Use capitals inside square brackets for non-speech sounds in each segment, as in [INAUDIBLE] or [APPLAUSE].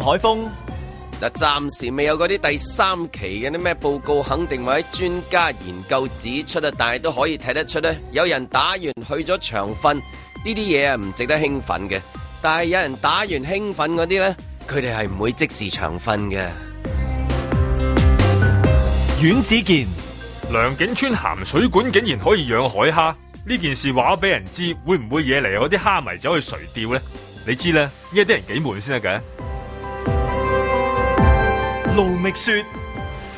海峰。嗱，暫時未有嗰啲第三期嘅啲咩報告肯定或者專家研究指出啊，但係都可以睇得出咧，有人打完去咗長訓呢啲嘢啊，唔值得興奮嘅。但係有人打完興奮嗰啲咧，佢哋係唔會即時長訓嘅。阮子健，梁景村鹹水管竟然可以養海蝦，呢件事話俾人知，會唔會惹嚟嗰啲蝦迷走去垂釣呢？你知啦，依家啲人幾悶先得嘅。盧覓雪，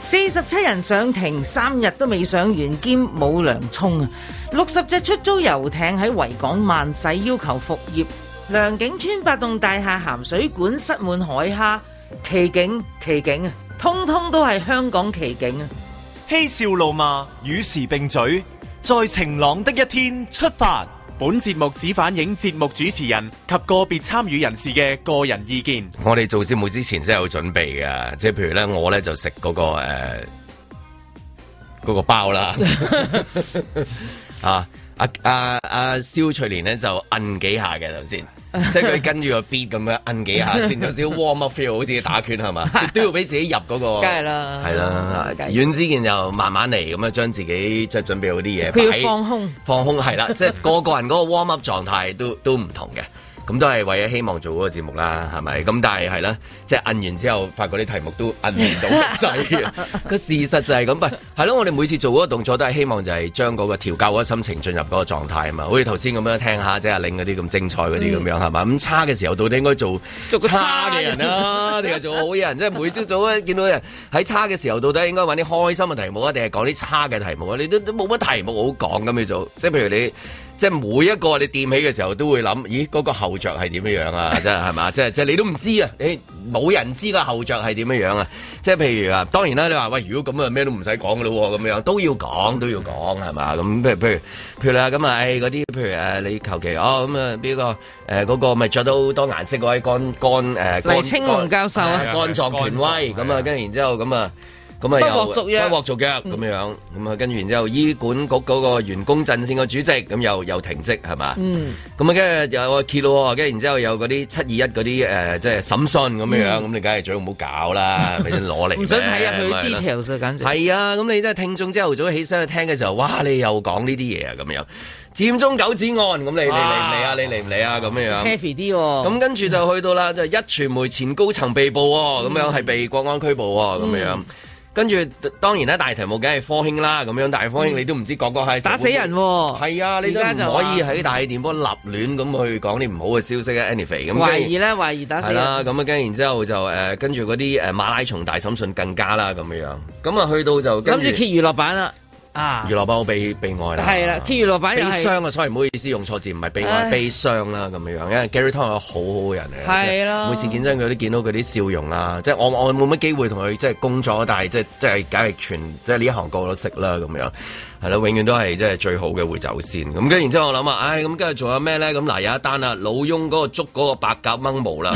四十七人上庭，三日都未上完，兼冇糧充啊！六十隻出租遊艇喺維港慢駛，要求復業。梁景村八棟大廈鹹水管塞滿海蝦，奇景奇景啊！通通都係香港奇景啊！嬉笑怒罵，與時並舉，在晴朗的一天出發。本節目只反映節目主持人及個別參與人士嘅個人意見。我哋做節目之前真係有準備㗎，即係譬如咧，我咧就食嗰、個誒嗰、呃個包啦， [LAUGHS] 啊啊啊啊！蕭翠蓮咧就摁幾下嘅頭先。即係佢跟住個 beat 咁樣摁幾下先，有少少 warm up feel，好似打拳係嘛， [LAUGHS] 都要俾自己入嗰、個。梗係啦係啦。梗係阮之健就慢慢嚟咁樣，將自己即係準備好啲嘢。佢要擺放空放空係啦，即係個個人嗰個 warm up 狀態都都唔同嘅。咁都係為咗希望做嗰個節目啦，係咪？咁但係係啦，即係摁完之後，發覺啲題目都摁唔到掣。個事實就係咁，唔係係咯。我哋每次做嗰個動作都係希望就係將嗰個調教嗰個心情進入嗰個狀態啊嘛。好似頭先咁樣聽下即係阿玲嗰啲咁精彩嗰啲咁樣係嘛。咁差嘅時候到底應該做做個差差嘅嘅人人啦，定係做好嘅人？即係每朝早咧見到人喺差嘅時候，到底應該揾啲開心嘅題目啊，定係講啲差嘅題目啊？你都都冇乜題目好講咁去做，即係譬如你。即係每一個你掂起嘅時候都會諗，咦嗰、個後着係點樣樣啊？真係係嘛？即係即係你都唔知啊！你冇人知個後着係點樣樣啊！即係譬如啊，當然啦，你話喂，如果咁啊咩都唔使講噶咯喎，咁樣都要講都要講係嘛？咁譬如譬如譬如啦，咁啊誒嗰啲譬如誒你求其哦咁啊邊個誒嗰、個咪着到好多顏色嗰位乾乾誒黎青龍教授啊乾肝臟權威咁啊，跟住然之後咁啊。咁啊，不又獲續約不獲續約咁樣，咁啊，跟住然之後，醫管局嗰個員工陣線嘅主席咁又又停職係嘛？嗯，咁啊，跟住又我揭露喎，跟住然之後有嗰啲七二一嗰啲誒，即係審訊咁樣樣，咁你梗係最好唔好搞啦，咪先攞嚟嗯唔想睇咩入去咪係咯 details 啊，簡直係啊，咁你真係聽眾朝頭早起身去聽嘅時候，哇！你又講呢啲嘢啊，咁樣佔中九子案，咁你你嚟唔嚟啊？你嚟唔嚟啊？咁樣樣。 heavy 啲喎。咁跟住就去 [LAUGHS] 到啦，就一傳媒前高層被捕喎，咁嗯樣係被國安拘捕喎，咁樣。跟住當然啦，大題目梗係科興啦，咁樣，但係科興你都唔知個個嗯係打死人喎係啊，你都而家就唔可話以喺大氣電波立亂咁去講啲唔好嘅消息啊，anyway 咁。懷疑咧，懷疑打死係人。啦，咁啊，跟住然之後就誒，跟住嗰啲誒馬拉松大審訊更加啦，咁樣。咁啊，去到諗就跟住揭娛樂版啦，啊娛，樂包被被愛啦，係啦，揭娛樂版悲又係傷啊，sorry，唔好意思用錯字，唔係悲哀，唉悲傷啦咁樣樣，因為 Gary Tong 係個好好嘅人嚟嘅，係啦即係每次見真佢都見到佢啲笑容啦，即係我我冇乜機會同佢即係工作，但係即係即係梗係全即係呢一行個個都識啦咁樣，係啦，永遠都係即係最好嘅會走先。咁跟住然之後我諗啊，唉，咁跟住仲有咩咧？咁嗱有一單啦，啊老翁嗰個捉嗰個白鴿掹毛啦。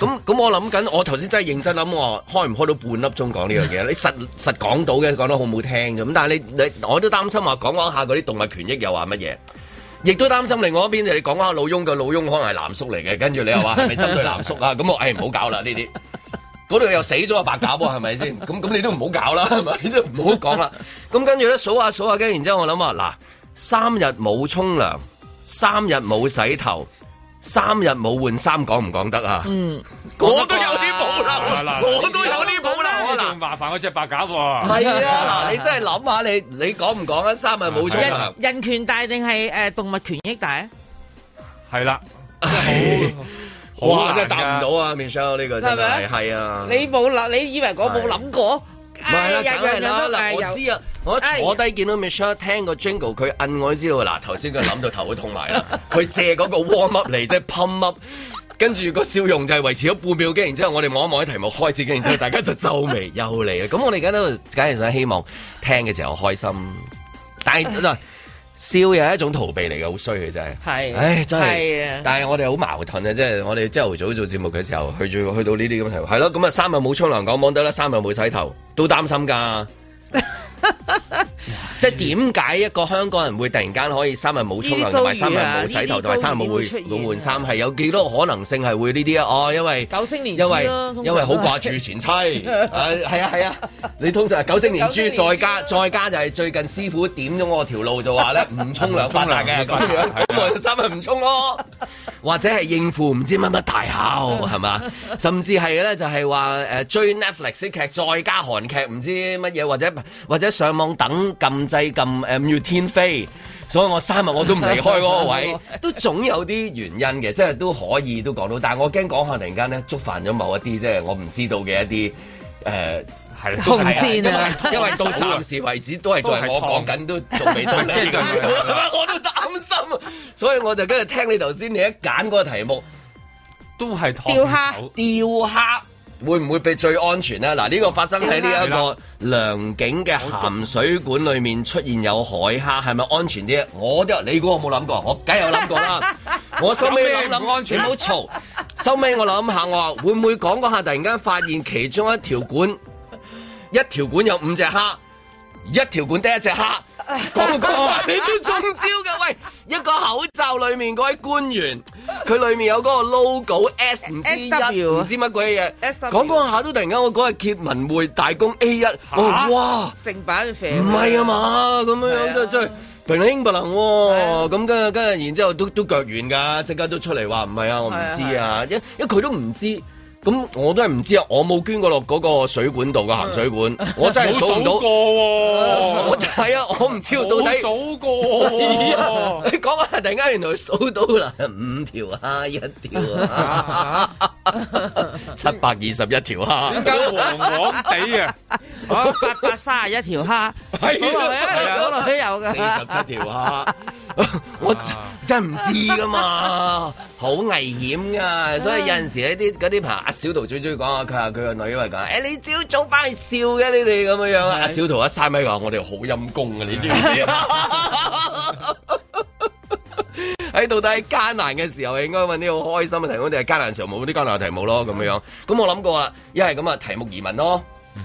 咁咁我諗緊，我頭先真係認真諗，我開唔開到半粒鐘講呢樣嘢？你實實講到嘅，講得好唔好聽咁。但係你你我都擔心話講講下嗰啲動物權益又話乜嘢？亦都擔心另外一邊就係你講下老翁嘅老翁可能係藍叔嚟嘅，跟住你又話係咪針對藍叔啊？咁我誒唔好搞啦呢啲，嗰度又死咗個白鴿喎，係咪先？咁咁你都唔好搞啦，係咪？即係唔好講啦。咁跟住咧數下數下，跟住然之後我諗啊，嗱，三日冇沖涼，三日冇洗頭，三日冇換衫，講唔講得 [LAUGHS] 啊？嗯，我都有啲冇啊嗱啦嗱，我都有啲冇啦，我我嗱仲。麻煩我只白鴿喎。係 [LAUGHS] 啊，嗱，你真係諗下，你你講唔講啊？三日冇沖涼人。人權大定係誒動物權益大啊？[LAUGHS] 係啦，好哇！好真係難答唔㗎到啊，Michelle 呢個真係係咪係啊，你冇諗，你以為我冇諗過？唔係啦，哎呀梗係啦樣樣都嗱，係我有哎知啊，我一坐低見到 Michelle 聽個 Jingle，佢摁我都知道嗱，頭先佢諗到頭都痛 [LAUGHS] 埋啦，佢借嗰個 warm up 嚟即係 pump up。跟住個笑容就係維持咗半秒，跟然之後我哋望一望啲題目開始，跟然之後大家就皺眉又嚟啦。咁我哋而家都梗係想希望聽嘅時候開心，但係嗱笑又係一種逃避嚟嘅，好衰嘅真係。係唉，真係係啊。但係我哋好矛盾啊！即係我哋朝頭早做節目嘅時候，去住去到呢啲咁嘅題目，係咯。咁 [LAUGHS] 啊，三日冇沖涼講講得啦，三日冇洗頭都擔心㗎。即係點解一個香港人會突然間可以三日冇沖涼，同埋三日冇洗頭，同埋三日冇啊呢啲遭遇啊呢啲遭遇會出換現換衫，係有幾多可能性係會呢啲啊？哦，因為九星連珠因為咯通常因為好掛住 [LAUGHS] 前妻，啊係啊係啊，你通常係九星連珠九星連珠再加再加就係最近師傅點咗我條路就 [LAUGHS] 話咧唔沖涼啊發達嘅咁 [LAUGHS] 樣，咁我就三日唔沖咯，或者係應付唔知乜乜大 [LAUGHS] 考係嘛，甚至係咧就係話誒追 Netflix 啲劇再加韓劇唔知乜嘢，或者或者上網等撳掣撳誒五月天飛。所以我三日我都唔離開嗰個 [LAUGHS] 位，都總有啲原因嘅，即係都可以都講到。但係我驚講下突然間咧觸犯咗某一啲即係我唔知道嘅一啲誒。呃係啦紅線啊係因為因為到暫時為止都係在我講緊，都仲未到 [LAUGHS] 你即係就係我都擔心，所以我就跟住聽你頭先你一揀嗰個題目，都係燙釣蝦手釣蝦會唔會被最安全咧？嗱，呢個發生喺呢一個良景嘅鹹水管裏面出現有海蝦，係咪安全啲？我都有你估我冇諗過，我梗係有諗過啦。我收尾諗有咩唔諗，安全你唔好嘈。收尾我諗下，我話會唔會講嗰下突然間發現其中一條管，一條管有五隻蝦。一條管得一隻蝦，哎講講話你都中招嘅。喂，一個口罩裏面嗰位官員， [LAUGHS] 佢裏面有嗰個 logo S 唔知一 SW 唔知乜鬼嘢， SW 講講下都突然間我嗰日揭文匯大公 A 一，我哇！成版肥唔係啊嘛，咁樣係樣啊真係真係平興不能啊喎，咁跟住跟住，然之後都都腳軟㗎，即刻都出嚟話唔係啊，我唔知係啊，因因為佢都唔知。咁我都係唔知啊！我冇捐過落嗰個水管度嘅鹹水管，嗯我真係冇數唔到數過。喎，我就係啊，我唔知道到底冇。哦數過 [LAUGHS] 喎。你講下，突然間原來數到啦，五條蝦一條 [LAUGHS] 蝦，七百二十一條啊點蝦。解黃黃地 à. 啊？啊八百三十一條蝦，數落去啊，係你啊數落去有四十噶。七條 [LAUGHS] 啊！我真真唔知噶嘛，好危險噶，所以有陣時呢啲嗰啲朋友阿小桃最中意講啊，佢話佢個女因為講，誒、你朝早翻去笑嘅你哋咁樣樣啊，阿小桃一閂咪話我哋好陰公啊，你知唔知啊？喺到底喺艱難嘅時候，應該揾啲好開心嘅題目，定係艱難嘅時候冇啲艱難嘅題目咯？咁樣樣，咁我諗過啦，一係咁啊，題目移民咯，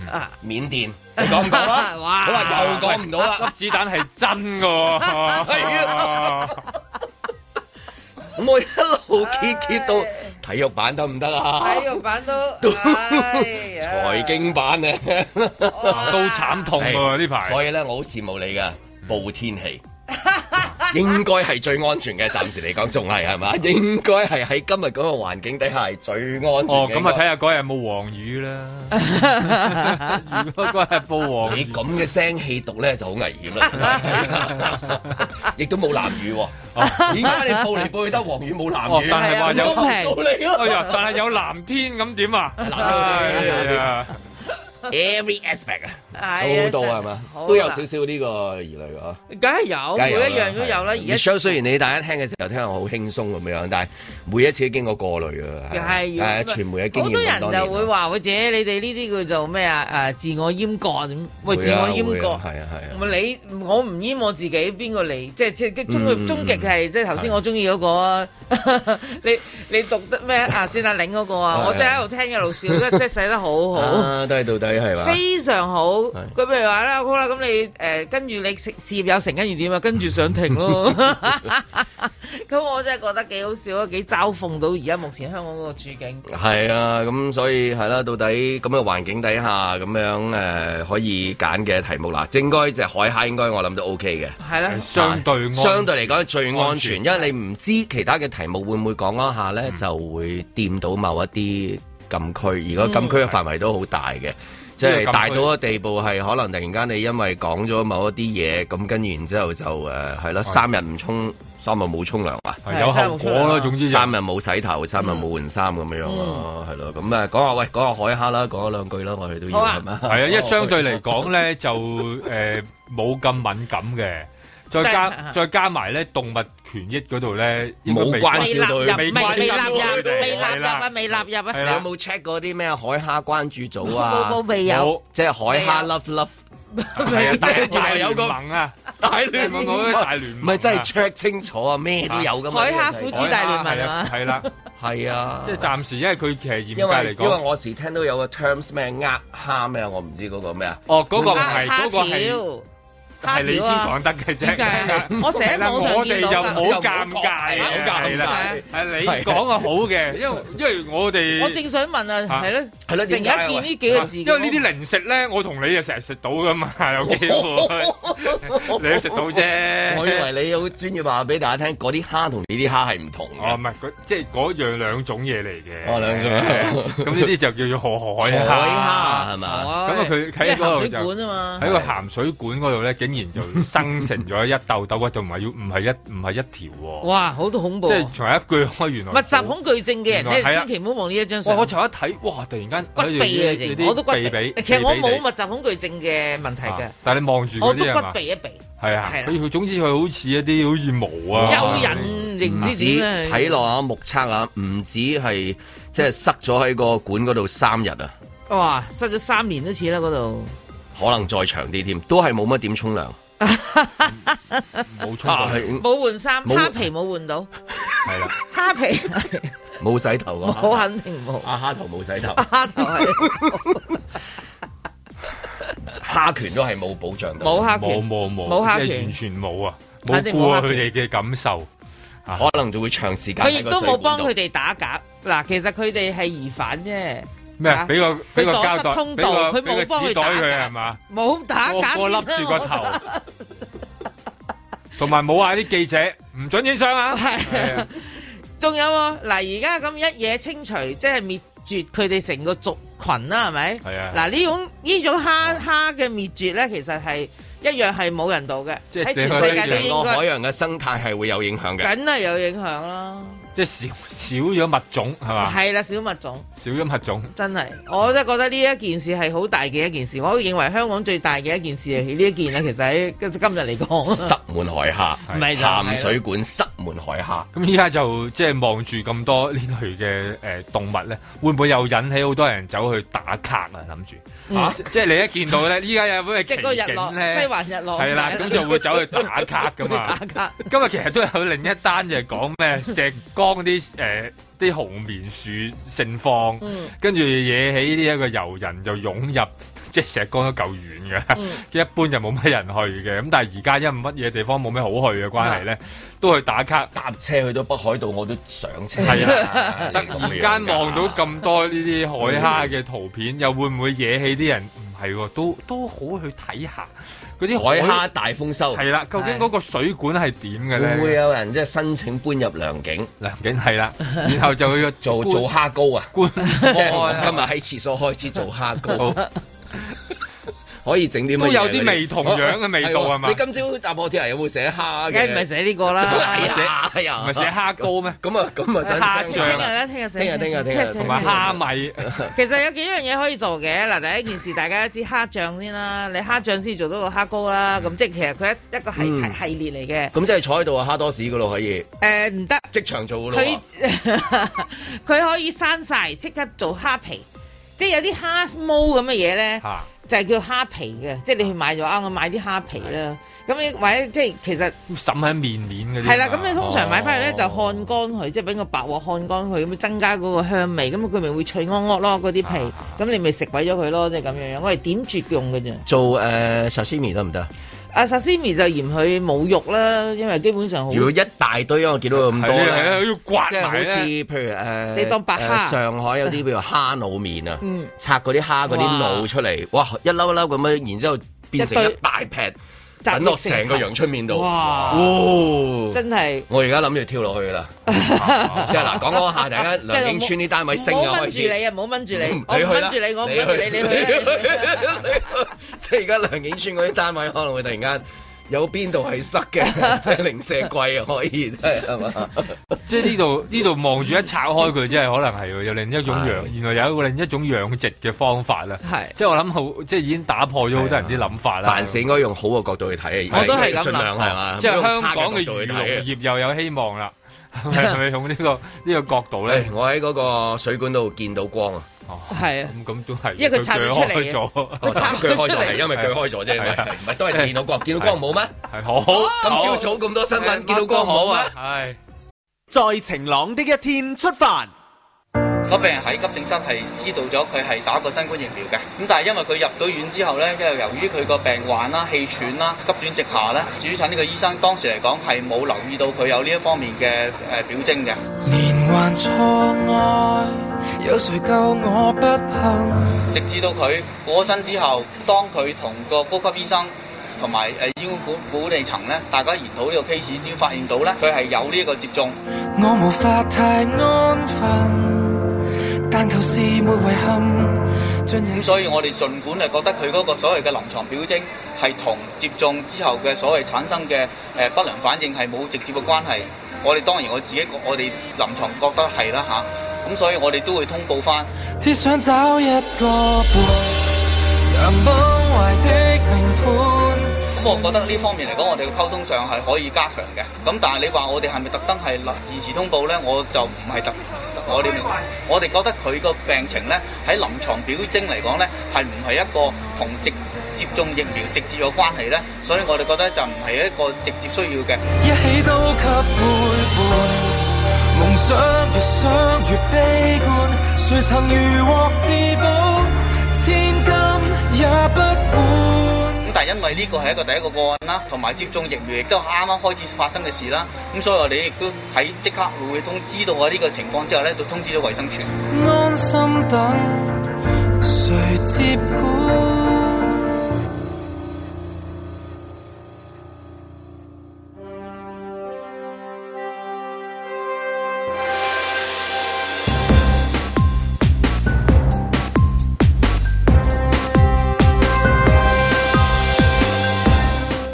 啊，緬甸，你講唔講啊？哇好啦，又講唔到啦。粒子彈係真㗎啊喎，咁我一路揭揭到體育版得唔得啊？體育版都財財經版 [LAUGHS] 咧，都慘痛喎呢排。所以咧我好羨慕你噶報天氣。 [LAUGHS] 應該係最安全嘅，暫時嚟講仲係係 [LAUGHS] 嘛？應該係喺今日咁嘅環境底下係最安全嘅。哦，咁啊睇下嗰日有冇黃 [LAUGHS] 雨啦。如果嗰日報黃你雨，咁嘅聲氣毒咧就好危險 [LAUGHS] 啦，亦都冇藍雨喎。而家你報嚟報去得黃雨冇哦藍雨，但係話有係啊唔公平投訴你咯。哎呀，但係有藍天咁點啊？ [LAUGHS] 哎呀， [LAUGHS] Every aspect 係啊，好啊到係嘛好，啊都有少少呢個疑慮㗎。梗係有，每一樣都有啦。而家 show 雖然你大家聽嘅時候聽落好輕鬆咁樣，但係每一次都經過過濾啊㗎。又係係傳媒嘅經驗好多咁人年啊就會話或者你哋呢啲叫做咩啊？誒，自我閹割咁，喂，會啊自我閹會割啊。係啊係啊。咪你我唔閹我自己，邊個嚟？即係即係終嗯嗯極終極係即係頭先我中意嗰個啊！ [LAUGHS] 你你讀得咩啊？戰阿領嗰個係啊！係我真係喺度聽一路笑，真係寫得好好。啊，都係到底係嘛？非常好，係佢譬如話啦，好啦，咁你誒跟住你事事業有成，跟住點啊？跟住上庭 [LAUGHS] 咯，咁我真係覺得幾好笑啊，幾嘲諷到而家目前香港嗰個處境。係啊，咁所以係啦，到底咁嘅環境底下咁樣誒、可以揀嘅題目啦，應該就係海蝦應該我諗都 OK 嘅。係啦，相對安全相對嚟講最安安全，因為你唔知其他嘅題目會唔會講嗰下嗯咧，就會掂到某一啲禁區，而嗯個禁區嘅範圍都好大嘅。即係大到個地步係可能突然間你因為講咗某一啲嘢，咁跟住然之後就誒係啦，三日唔沖，三日冇沖涼啊，係有後果啊啦，總之就嗯三日冇洗頭，三日冇換衫咁樣咯，係咯。咁啊講下喂，講下海蝦啦，講咗兩句啦，我哋都要好啊係嘛？係嗯啊，因為相對嚟講咧，就誒冇咁敏感嘅，再加再加埋咧動物權益嗰度咧，應該未冇關未照納到入，佢未未未納入，關照到佢哋未納入啊，未納入係你啊，有啦冇 check 過啲咩海蝦關注組啊？冇冇未有，即係海蝦 love love。係啊，即係大原來有個聯盟 [LAUGHS] 啊，大聯盟嗰啲大聯盟唔係真係啊 check 清楚啊，咩都有噶嘛。海蝦苦主大聯盟啊嘛係啦，係啊，即係暫時，因為佢其實嚴因為格嚟因為講，我時聽到有個 terms 咩呃蝦咩，我唔知嗰個咩啊。哦嗰個唔啊係蝦嗰個係條係你先講得嘅啫。點解啊？我成日喺網上我哋見又到㗎冇尷尬嘅，又冇尷尬係啦點係你講啊好嘅，因為因為我哋我正想問啊，嚇係咯，係成咯日點解啊見呢幾因個為字嘅，呢啲零食咧，我同你又成日食到噶 [LAUGHS] 嘛，有機會你都食到啫。 [LAUGHS] 我以 [LAUGHS] 為你好專業話俾大家聽，嗰啲蝦同呢啲蝦係唔同哦，唔嘅。係，嗰即係嗰樣兩種嘢嚟嘅。哦兩種 [LAUGHS] 咁呢啲就叫做河海海蝦係嘛？哦咁啊佢喺因為嗰度鹹水就管啊嘛，喺個鹹水管嗰度咧，竟然就生成咗 [LAUGHS] 一竇竇啊，同埋要唔係一唔係一條喎，哇，好到恐怖即啊。係從一句開原來密集恐懼症嘅人咧，原來係啊千祈唔好望呢一張哇！相我。從一睇，哇！突然間哎骨有鼻啊，啲有直啲我都骨鼻鼻鼻。其實我鼻鼻冇密集恐懼症嘅問題嘅啊，但係你望住我嗰都啲係嘛骨？鼻一鼻，係啊，係啦佢佢總之佢好似一啲好似毛啊，蚯蚓定唔知只點睇落啊，目測啊，唔止係即係塞咗喺個管嗰度三日啊，啊！哇，塞咗三年都似啦嗰度，可能再長啲添，都係冇乜點沖涼。 [LAUGHS] 冇衝啊過去，係冇換衫，冇蝦皮冇換到，係啦。蝦皮冇洗頭㗎。我肯定冇，阿蝦頭冇洗頭，蝦頭係蝦拳都係冇保障到。冇蝦冇拳，冇冇，冇蝦即係拳完全冇啊！肯冇定顧冇佢蝦哋嘅感受，啊可能就會長時間佢喺亦個都水冇管幫度佢哋打假。嗱，其實佢哋係疑犯啫，咩啊啊俾個俾個佢阻膠塞袋，通俾道個佢俾個冇幫紙佢袋打佢架係嘛？冇打個假個先啦笠住個我頭覺得，同埋冇嗌啲記者唔准影相啊！係啊 [LAUGHS] 仲有喎，嗱而家咁一嘢清除，即係滅絕佢哋成個族群啦，係咪？係啊哦嗱呢種呢種蝦蝦嘅滅絕咧，其實係一樣係冇人道嘅，即係喺全佢世對界都成應個海該，洋嘅生態係會有影響嘅。梗係有影響啦。即係少少咗物種係嘛？係啦，小物種少咗物種，真係，我真係覺得呢一件事係好大嘅一件事，我都認為香港最大嘅一件事係呢一件啦。啊其實喺今日嚟講，塞滿海蝦，唔係就係咯鹹水管塞滿海蝦。咁依家就即係望住咁多呢類嘅誒動物咧，會唔會又引起好多人走去打卡啊？諗住嚇，即係你一見到咧，依家有咩 [LAUGHS] 嗯即係奇個日落景西咧？環日落啊係啦，咁就會走去打卡 [LAUGHS] 噶嘛打。卡。今日其實都有另一單就係講咩石崗啲誒啲紅棉樹盛放，嗯跟住惹起呢一個遊人就湧入，即係石崗都夠遠嘅，一般就冇乜人去嘅。咁但係而家因為乜嘢地方冇咩好去嘅關係咧，都去打卡。搭車去到北海道我都上車。係啊，突然間望到咁多呢啲海蝦嘅圖片，又會唔會惹起啲人唔係喎？都都好去睇下嗰啲海蝦大豐收，係啦，究竟嗰個水管係點嘅會唔會咧？有人即係申請搬入良景梁景係啦，然後就去個 [LAUGHS] 做做蝦膏啊？ [LAUGHS] 官即係方我案今日喺廁所開始做蝦膏，好 [LAUGHS] 可以整啲乜嘢哦都有啲味同樣嘅味道係嘛你今朝答我啲人有冇寫蝦嘅？梗係唔係寫呢個 [LAUGHS] 啦？哎呀，哎呀，唔係寫蝦膏咩？咁啊咁啊，想 [LAUGHS] 蝦醬聽日咧，聽日寫，聽日聽日聽日寫同同埋蝦米其實有幾樣嘢可以做嘅，嗱，第一件事大家都知蝦醬先啦，你蝦醬先做到個蝦膏嗯啦，咁即係其實佢一一個系嗯系系列嚟嘅， [LAUGHS] 咁即係坐喺度啊，蝦多士噶咯，可以誒唔得，即場做噶咯佢喎。 [LAUGHS] 佢可以生晒，即刻做蝦皮，即係有啲蝦毛咁嘅嘢咧，嚇，就係叫蝦皮嘅，即係你去買咗啊，我買啲蝦皮啦，咁你或者即係其實滲喺面面嗰啲。係啦，咁你通常買翻嚟咧哦就烘乾佢，即係俾個白鑊烘乾佢，咁增加嗰個香味，咁啊佢咪會脆安惡咯嗰啲皮啊，咁你咪食毀咗佢咯，即係咁樣樣，我係點絕用嘅啫。做誒壽司麵得唔得？阿薩斯咪就嫌佢冇肉啦，因為基本上好如果一大堆，因為我見到有咁係多啊係啊，咧。要刮即係好埋似咧。譬如誒，你當白蝦誒上海有啲譬如蝦腦面啊嗯，拆嗰啲蝦嗰啲腦出嚟，哇一粒一粒咁樣，然之後變一成堆一大劈，集等落成成個頭陽春面度。哇哦真係我而家諗住跳落 [LAUGHS] 去㗎啦，啊即係嗱講講下，大家梁景村啲單位升唔好啊開掹住始。嗯你啊！唔好掹住你，我你唔去啦掹住你，我唔掹住你，你 [LAUGHS] 去啦。即係而家梁景村嗰啲單位可能會突然間有邊度係塞 [LAUGHS] 嘅，即係零舍貴啊，可以真係係嘛？即係呢度呢度望住一拆開佢，真係可能係有另一種養，係原來有一個另一種養殖嘅方法啦。係即係我諗好，即係已經打破咗好多人啲諗法啦。凡事應該用好嘅角度去睇啊，我都係咁諗盡量係嘛？即係唔好用香差港嘅角度漁去睇農啊業又有希 [LAUGHS] 望啦，係咪係咪用呢個呢個角度喂咧？，我喺嗰個水管度見到光啊！哦係啊咁咁都係，因為佢拆咗出嚟啊佢鋸開咗佢拆鋸哦開咗出嚟係因為鋸開咗啫，係啊唔係都係見到光，見到光冇咩？係好。今朝好早咁多新聞，見到光冇啊！係。在晴朗的一天出發。嬉個病人喺急症室係知道咗佢係打過新冠疫苗嘅，咁但係因為佢入到院之後咧，因為由於佢個病患啦、氣喘啦、急轉直下咧，主診呢個醫生當時嚟講係冇留意到佢有呢一方面嘅誒、呃表徵嘅。連環錯愛，有誰救我不幸？直至到佢過咗身之後，當佢同個高級醫生同埋誒醫管管管理層咧，大家研討呢個 case 先發現到咧，佢係有呢一個接種。我無法太安分，但求是沒遺憾。盡人咁所以我哋儘管係覺得佢嗰個所謂嘅臨床表徵係同接種之後嘅所謂產生嘅誒不良反應係冇直接嘅關係，我哋當然我自己覺我哋臨床覺得係啦吓，咁所以我哋都會通報翻。只想找一個伴，但崩壞的命盤。咁我覺得呢方面嚟講，我哋嘅溝通上係可以加強嘅。咁但係你話我哋係咪特登係延遲通報呢？我就唔係特，我哋我哋覺得佢個病情呢，喺臨床表徵嚟講呢，係唔係一個同直接種疫苗直接有關係呢？所以我哋覺得就唔係一個直接需要嘅。一起都給背叛，夢想越想越悲觀，誰曾如獲至寶，千金也不換。咁但係因為呢個係一個第一個個案啦，同埋接種疫苗亦都係啱啱開始發生嘅事啦，咁所以我哋亦都喺即刻會通知道我呢個情況之後呢，就通知咗衞生署。安心等，誰接管？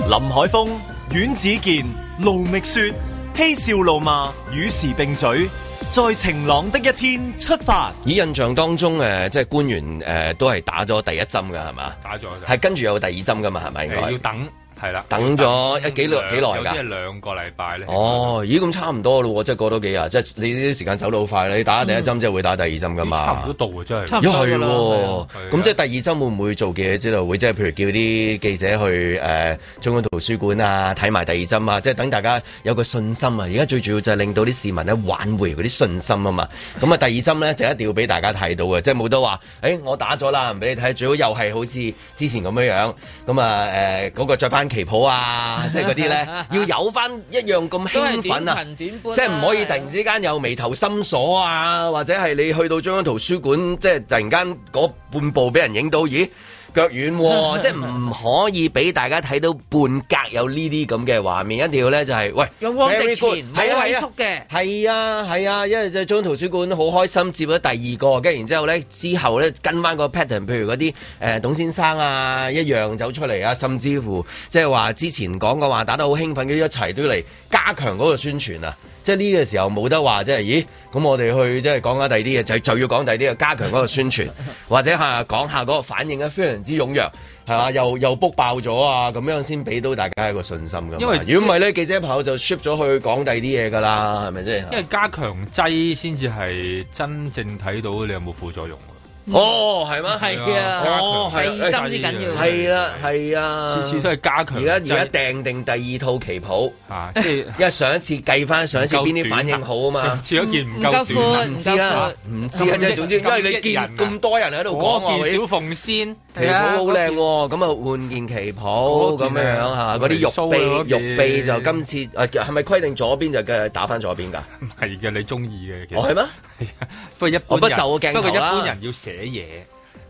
林海峰、阮子健、卢觅雪，嬉笑怒骂，与时并举，在晴朗的一天出发。以印象當中誒，即係官員誒都係打咗第一針㗎係嘛？打咗就係跟住有第二針㗎嘛係咪應誒該？要等係啦，等咗一幾耐幾耐有啲係㗎？兩個禮拜咧。哦，咦咁差唔多咯喎，即係過多幾日，即係你啲時間走到好快啦。你打第一針即係會打第二針㗎嗯咦，嘛？差唔多到啊，真係差唔又多係㗎啦喎，係啊咁即係第二針會唔會做嘅之類？會即係譬如叫啲記者去誒、呃中央圖書館啊，睇埋第二針啊，即係等大家有個信心啊！而家最主要就係令到啲市民咧挽回嗰啲信心啊嘛。咁啊，第二針咧就一定要俾大家睇到嘅，即係冇得話，誒、我打咗啦，唔俾你睇，最好又係好似之前咁樣樣。咁啊誒嗰個着翻旗袍啊，即係嗰啲咧 [LAUGHS] 要有翻一樣咁都係興奮啊！短裙短褲即係唔可以突然之間有眉頭深鎖啊，或者係你去到中央圖書館，即係突然間嗰半步俾人影到，咦腳 [LAUGHS] 軟喎、即係唔可以俾大家睇到半格有呢啲咁嘅畫面，一定要咧就係、喂，勇往直 very good，前，係冇啊畏係縮啊。嘅。係啊，係啊，因為就中央圖書館好開心接咗第二個，跟住然之後咧，之後咧跟翻個 pattern，譬如嗰啲誒董先生啊，一樣走出嚟啊，甚至乎即係話之前講嘅話打得好興奮嗰啲一齊都要嚟加強嗰個宣傳啊！即係呢個時候冇得話，即係咦咁我哋去即係講下第二啲嘢，就就要講第二啲嘢，加強嗰個宣傳，或者係講下嗰個反應啊，非常之踴躍。係嘛？又又 book 爆咗啊！咁樣先俾到大家一個信心㗎嘛。因為如果唔係咧，記者朋友就 ship 咗去講第二啲嘢㗎啊啦，係咪先？因為加強劑先至係真正睇到你有冇副作用㗎。哦，係嗎？係啊哦係啊第二針先緊要係啦，係啊，次次都係加強而劑。家而家訂定第二套旗袍，嚇，即係因為上一次計翻上一次邊啲反應好啊嘛。似嗰件唔 Ừ. 唔夠夠短啊。闊唔知啦，唔知啊，即係總之，因為你見咁多 à, 人喺度講話，嗰件喂小鳳仙，旗袍好 [LAUGHS] 靚喎，咁啊換件旗袍嗰咁件樣樣嚇，嗰啲蘇玉嗰臂件玉臂就今次誒係咪規定左邊就嘅打翻左邊㗎？唔係嘅，你中意嘅。其實哦係咩？不過一我般不人，就個鏡頭啦不過一般人要寫嘢，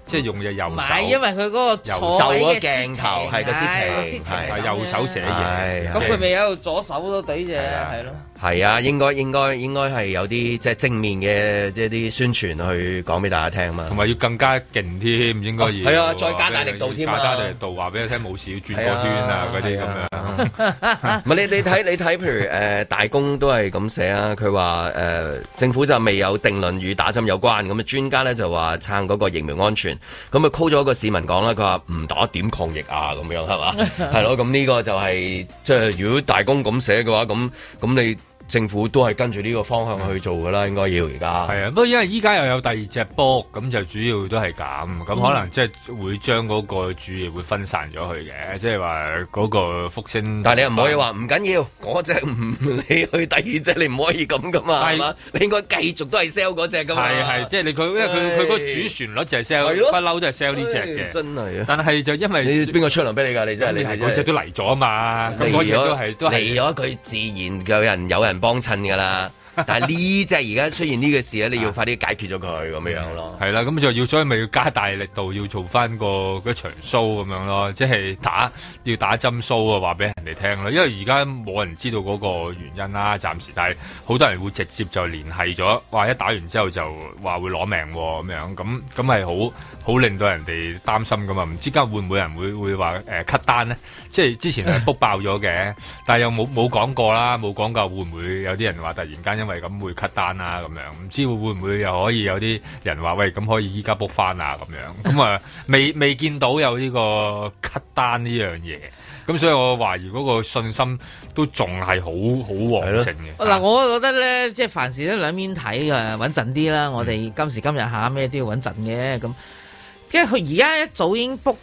即係用隻右唔手。係，因為佢嗰個就坐位嗰嘅鏡頭係個屍係體，係係右手寫係嘢，咁佢咪有左手都對啫，啊係咯。係啊，應該應該應該係有啲即係正面嘅即係啲宣傳去講俾大家聽啊嘛同。埋要更加勁添，應該要係啊再加大力度添啊加大力度話俾你聽冇事，要轉個圈啊嗰 à. 啲咁樣。樣。 [LAUGHS] 唔係你你睇你睇，譬如誒、呃大公都係咁寫啊，佢話誒政府就未有定論與打針有關，咁啊專家咧就話撐嗰個疫苗安全，咁啊 call 咗個市民講啦，佢話唔打點抗疫啊咁 [LAUGHS] 樣係嘛？係咯，咁呢個就係、即係如果大公咁寫嘅話，咁咁你。政府都係跟住呢個方向去做㗎啦，應該要而家。係啊，不過因為依家又有第二隻波，咁就主要都係咁，嗯咁可能即係會將嗰個注意力會分散咗佢嘅，即係話嗰個福星。啊但係你又唔可以話唔緊要，嗰只唔 [LAUGHS] 你去第二隻，你唔可以咁噶嘛，係係嘛？你應該繼續都係 sell 嗰只噶嘛。係係，即係你佢，因為佢佢嗰個主旋律就係 sell，係咯不嬲都係 sell 呢只唉嘅。真係啊！但係就因你為邊個出糧俾你㗎？你真係你你係係嗰只都嚟咗啊嘛，咁嗰只都係都嚟係咗佢自然有人有人幫襯㗎 [LAUGHS] 啦。但係呢只而家出現呢個事咧，你要快啲解決咗佢咁樣咯。係啦，咁就要所以咪要加大力度，要做翻個嗰場 show 咁樣咯，即係打要打針 show 啊，話俾人哋聽咯。因為而家冇人知道嗰個原因啦，暫時，但係好多人會直接就聯繫咗，話一打完之後就話會攞命喎咁樣，咁咁係好好令到人哋擔心噶嘛。唔知家會唔會有人會會話誒 cut 單咧？即係之 [LAUGHS] 前係 book 爆咗嘅，但係又冇冇講過啦，冇講過會唔會有啲人話突然間因為咁會 cut 單啊咁樣，唔知會會唔會又可以有啲人話喂咁可以依家 book 翻 [LAUGHS] 啊咁樣，咁啊未未見到有呢個 cut 單呢樣嘢，咁所以我懷疑嗰個信心都仲係好好旺盛嘅。啊嗱，我覺得咧，即係凡事都兩面睇嘅，穩陣啲嗯啦。我哋今時今日下咩都要穩陣嘅咁，因為佢而家一早已經 book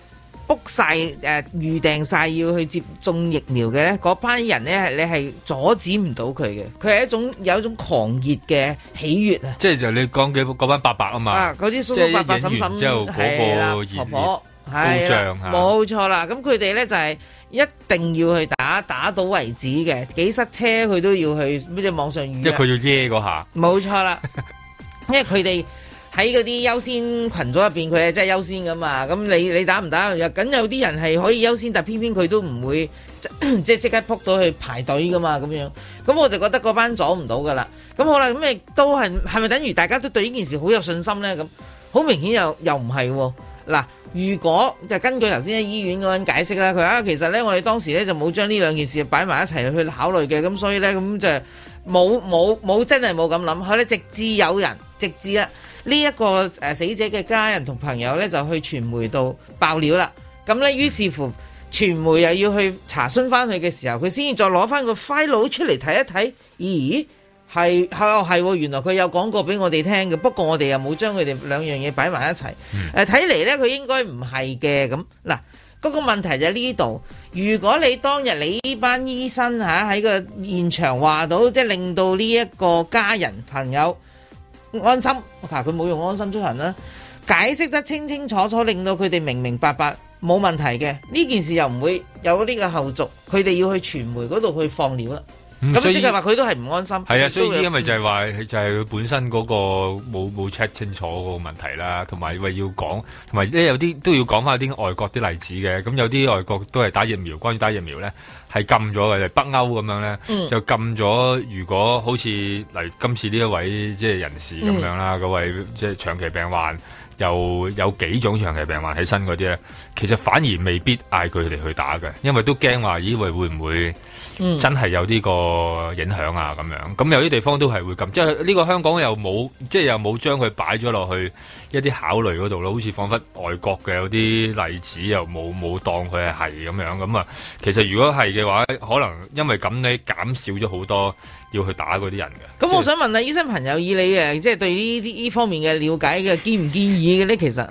book 晒誒預訂晒要去接種疫苗嘅咧，嗰班人咧係你係阻止唔到佢嘅，佢係一種有一種狂熱嘅喜悅啊！即係就你講嘅嗰班伯伯啊嘛啊，，嗰啲叔即係叔伯伯影嬸完嬸之後嗰個係啦熱烈婆婆高係啦漲啊冇錯啦。咁佢哋咧就係一定要去打，打到為止嘅，幾塞車佢都要去，即係網上預因為約佢要耶嗰下，冇錯啦，因為佢哋喺嗰啲優先群組入邊，佢係真係優先噶嘛。咁你你打唔打？梗有啲人係可以優先，但偏偏佢都唔會即 [COUGHS] 即即刻撲到去排隊噶嘛。咁樣，咁我就覺得嗰班阻唔到噶啦。咁好啦，咁亦都係係咪等於大家都對呢件事好有信心呢？咁好明顯又又唔係喎。嗱，如果就根據頭先喺醫院嗰個人解釋啦，佢啊其實咧我哋當時咧就冇將呢兩件事擺埋一齊去考慮嘅，咁所以咧咁就冇冇冇真係冇咁諗，佢咧直至有人直至啊呢一個誒死者嘅家人同朋友咧就去傳媒度爆料啦，咁咧於是乎。傳媒又要去查詢翻佢嘅時候，佢先至再攞翻個 file 出嚟睇一睇，咦？係係哦係喎，原來佢有講過俾我哋聽嘅，不過我哋又冇將佢哋兩樣嘢擺埋一齊。誒睇嚟咧，佢應該唔係嘅咁嗱。嗰個問題就喺呢度，如果你當日你呢班醫生嚇喺個現場話到，即係令到呢一個家人朋友安心，嗱佢冇用安心出行啦，解釋得清清楚楚，令到佢哋明明白白冇問題嘅，呢件事又唔會有呢個後續，佢哋要去傳媒嗰度去放料啦。嗯咁所以即係話佢都係唔安心。係啊，所以都會有因為就係話，就係佢本身嗰個冇冇 check 清楚嗰個問題啦，同埋喂要講，同埋咧有啲都要講翻啲外國啲例子嘅。咁有啲外國都係打疫苗，關於打疫苗咧係禁咗嘅，北歐咁樣咧、嗯就禁咗。如果好似嚟今次呢一位即係人士咁樣啦，嗰、位即係長期病患。又有幾種長期病患喺身嗰啲咧，其實反而未必嗌佢哋去打嘅，因為都驚話，咦喂會唔會嗯真係有呢個影響啊咁樣，咁有啲地方都係會咁，即係呢個香港又冇，即係又冇將佢擺咗落去一啲考慮嗰度咯，好似彷彿外國嘅有啲例子又冇冇當佢係係咁樣咁啊。其實如果係嘅話，可能因為咁你減少咗好多要去打嗰啲人嘅。咁我即想係問啊，醫生朋友，以你誒即係對呢啲呢方面嘅了解嘅，建唔建議嘅咧？其實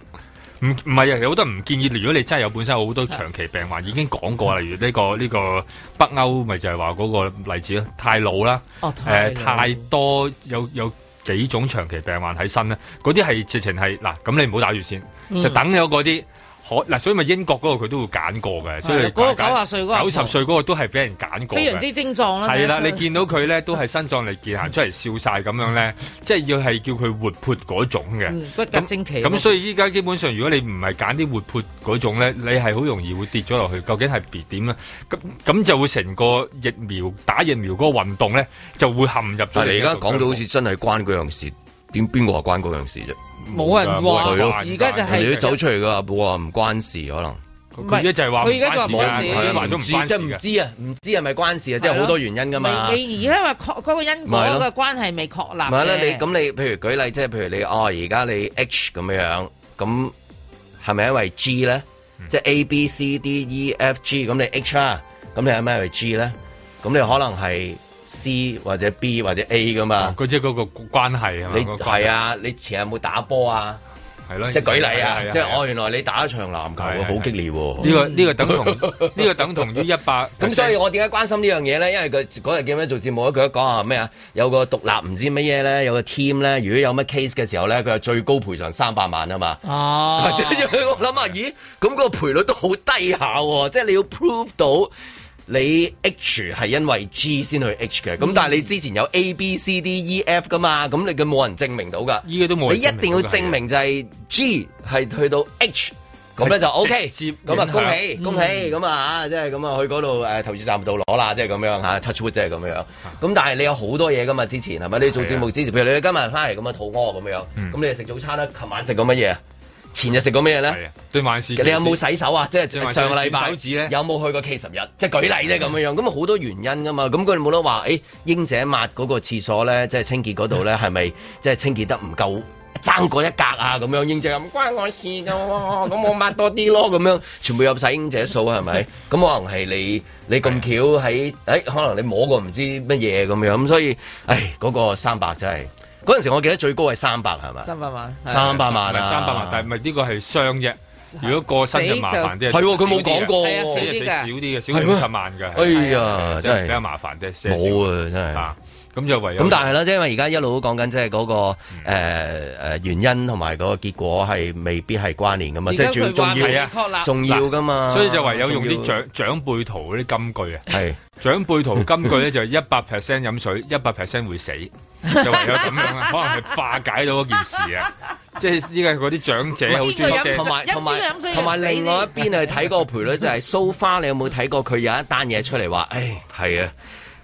唔唔係啊，有好多唔建議。如果你真係有本身有好多長期病患，已經講過啦，例如呢、個呢、個北歐咪就係話嗰個例子咯，太老啦。哦，誒、太多有有幾種長期病患喺身咧，嗰啲係直情係嗱，咁你唔好打住先，嗯就等有嗰啲可嗱，所以咪英國嗰個佢都會揀過嘅，所以係啊嗰個90歲嗰個九十歲嗰個都係俾人揀過非常嘅。之精壯啦。係啦，睇得你出見到佢咧都係身壯力健，行出嚟笑晒咁 [LAUGHS] 樣咧，即係要係叫佢活潑嗰種嘅。嗯骨骼精奇喎。咁所以依家基本上，如果你唔係揀啲活潑嗰種咧，你係好容易會跌咗落去。究竟係別點咧？咁咁就會成個疫苗打疫苗嗰個運動咧，就會陷入咗。但係你而家講到好似真係關嗰樣事，點邊個話關嗰樣事啫？冇人話冇人而家就人哋係都走出嚟㗎，冇話唔關事可能。佢而家就係話佢而家就話唔關冇事事㗎係佢啊話都唔知關即事係唔嘅。知啊，唔知係咪關事啊？即係好多原因㗎嘛。未未而家話確嗰個因果咪係嘅咯關係未確立唔係啦，嘅你咁你譬如舉例，即係譬如你哦，而家你 H 咁樣樣，咁係咪因為 G 咧？嗯即係 A B 啊 C D E F G，咁你 H 啦，咁你係咪因為 G 咧？咁你可能係 C 或者 B 或者 A 噶嘛。哦佢即係嗰個關係係咪？你嗰個關係係啊？你前日有冇打波啊？係咯，即係舉例啊係！即係係哦，原來你打一場籃球係啊喎，係啊好激烈喎。呢個呢個等同 [LAUGHS] 呢個等同於一百咁所以我點解關心呢樣嘢咧？因為佢嗰日見咩做節目咧，佢都講下咩啊？有個獨立唔知乜嘢咧，有個 team 咧，如果有乜 case 嘅時候咧，佢係最高賠償三百萬啊嘛。哦， [LAUGHS] 即係我諗下，咦？咁個賠率都好低下喎，即係你要 prove 到。你 H 係因為 G 先去 H 嘅，嗯咁但係你之前有 A、B、C、D、E、F 噶嘛，咁你嘅冇人證明到噶，依家都冇人你一定要證證明明就係 G 係去到 H，咁咧就啊係 OK，直接咁啊影響嗯恭喜恭喜咁啊嚇，即係咁啊去嗰度誒投注站度攞啦，即係咁樣嚇 touch wood 即係咁樣，咁但係你有好多嘢噶嘛，之前係咪？你啊做節目之前，譬如你今日翻嚟咁啊肚屙咁樣，嗯咁你哋食早餐啦，琴晚食過乜嘢啊？前日食過咩係咧？啊，對萬事你有冇洗手啊？即即係係話上個禮拜手指呢有冇去過 K 十日？即係舉例啫咁樣樣，咁好多原因噶嘛。咁佢哋冇得話，誒、英姐抹嗰個廁所咧，即係清潔嗰度咧，係咪 [LAUGHS] 即係清潔得唔夠？爭嗰一格啊，咁樣英姐咁關我事噶喎，咁我抹多啲咯，咁樣全部入晒英姐數係 [LAUGHS] 咪？咁可能係你你咁巧喺誒、可能你摸過唔知乜嘢咁樣，咁所以誒嗰、個三百真係嗰陣時，我記得最高係三百係咪？三百萬，係三百萬唔係啊！三百萬，但係唔係呢個係雙啫。如果過身就麻煩啲，係喎佢冇講過係啊死死死啲少㗎啲嘅，少五十萬嘅。哎呀，真係啊真比係較麻煩啲，寫少冇啊，真係。啊，咁就唯有咁但係啦，即係因為而家一路都講緊，即係嗰個誒嗯誒原因同埋嗰個結果係未必係關聯噶而嘛，即家係仲佢話仲未要確立，重要噶嘛，所以就唯有用仲啲要長長輩圖嗰啲金句啊，係長輩圖金句咧就一百 percent 飲水，一百 percent 會死，就唯有咁 [LAUGHS] 樣啊，可能係化解到嗰件事啊，即係依家嗰啲長者好中邊個意飲即水同埋一邊同埋飲水同埋一邊另外一邊係睇個賠率 [LAUGHS] 就係 so far，你有冇睇過佢有一單嘢出嚟話，誒係啊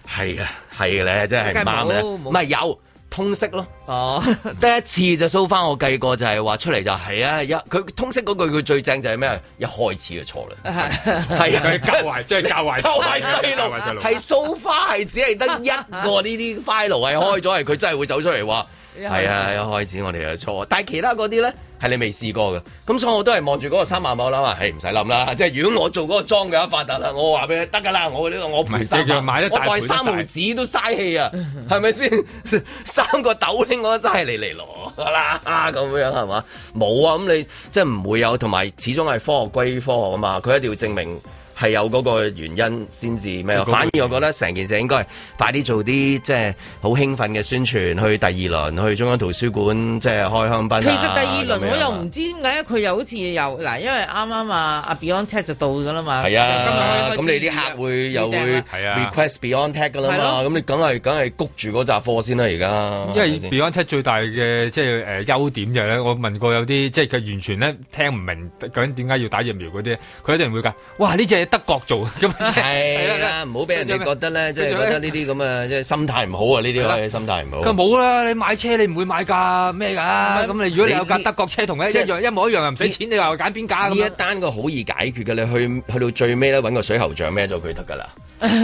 係啊係嘅咧，真係唔啱咧，梗係冇冇唔係有通識 [LAUGHS] 咯。 [LAUGHS] 哦，得一次就 so far，我計過就係話出嚟就係啊，一佢通識嗰句佢最正就係咩？一開始就錯啦，係係啊，教壞，即係教壞，溝埋教壞細細路路，係 so far 係只係得一個哦呢啲 file 係開咗，係佢真係會走出嚟話。係啊，啊一開始我哋就錯，但係其他嗰啲咧係你未試過嘅，咁所以我都係望住嗰個三萬蚊啦，話係唔使諗啦，即 [LAUGHS] 係如果我做嗰個裝嘅一發達啦，我話俾你得㗎啦，我呢個我唔係賠三即係佢萬，買得我大袋賠得大三毫紙都嘥氣 [LAUGHS] 啊，係咪先？三個豆拎我都嘥嚟嚟 [LAUGHS] 攞啦，咁樣係嘛？冇啊，咁你即係唔會有，同埋始終係科學歸科學啊嘛，佢一定要證明。係有嗰個原因先至咩？最高嘅反而我覺得成件事應該係快啲做啲即係好興奮嘅宣傳，去第二輪去中央圖書館即係開香檳啊。其實第二輪咁樣啊我又唔知點解佢又好似又嗱，因為啱啱啊阿 Beyond Tech 就到㗎啦嘛，係啊，咁今日可以開始你啲客會又會預訂啦係啊 request beyond tech 噶啦係嘛，咯咁你梗係梗係谷住嗰扎貨先啦，而家因為係咪先 Beyond 七最大嘅即係誒優點就係咧，我問過有啲即係佢完全咧聽唔明究竟點解要打疫苗嗰啲，佢一定會㗎。哇！呢只係德國做咁即係係啦，唔好俾人哋覺得咧，即係覺得呢啲咁嘅即係心態唔好啊，呢啲位心態唔佢話好。冇啊啦，你買車你唔會買架咩㗎？咁你如果你有架你德國車同一一即係樣一模一樣又啊唔使錢，你話揀邊架咁呢一樣？單個好易解決嘅，你去去到最尾咧，揾個水喉匠孭咗佢得㗎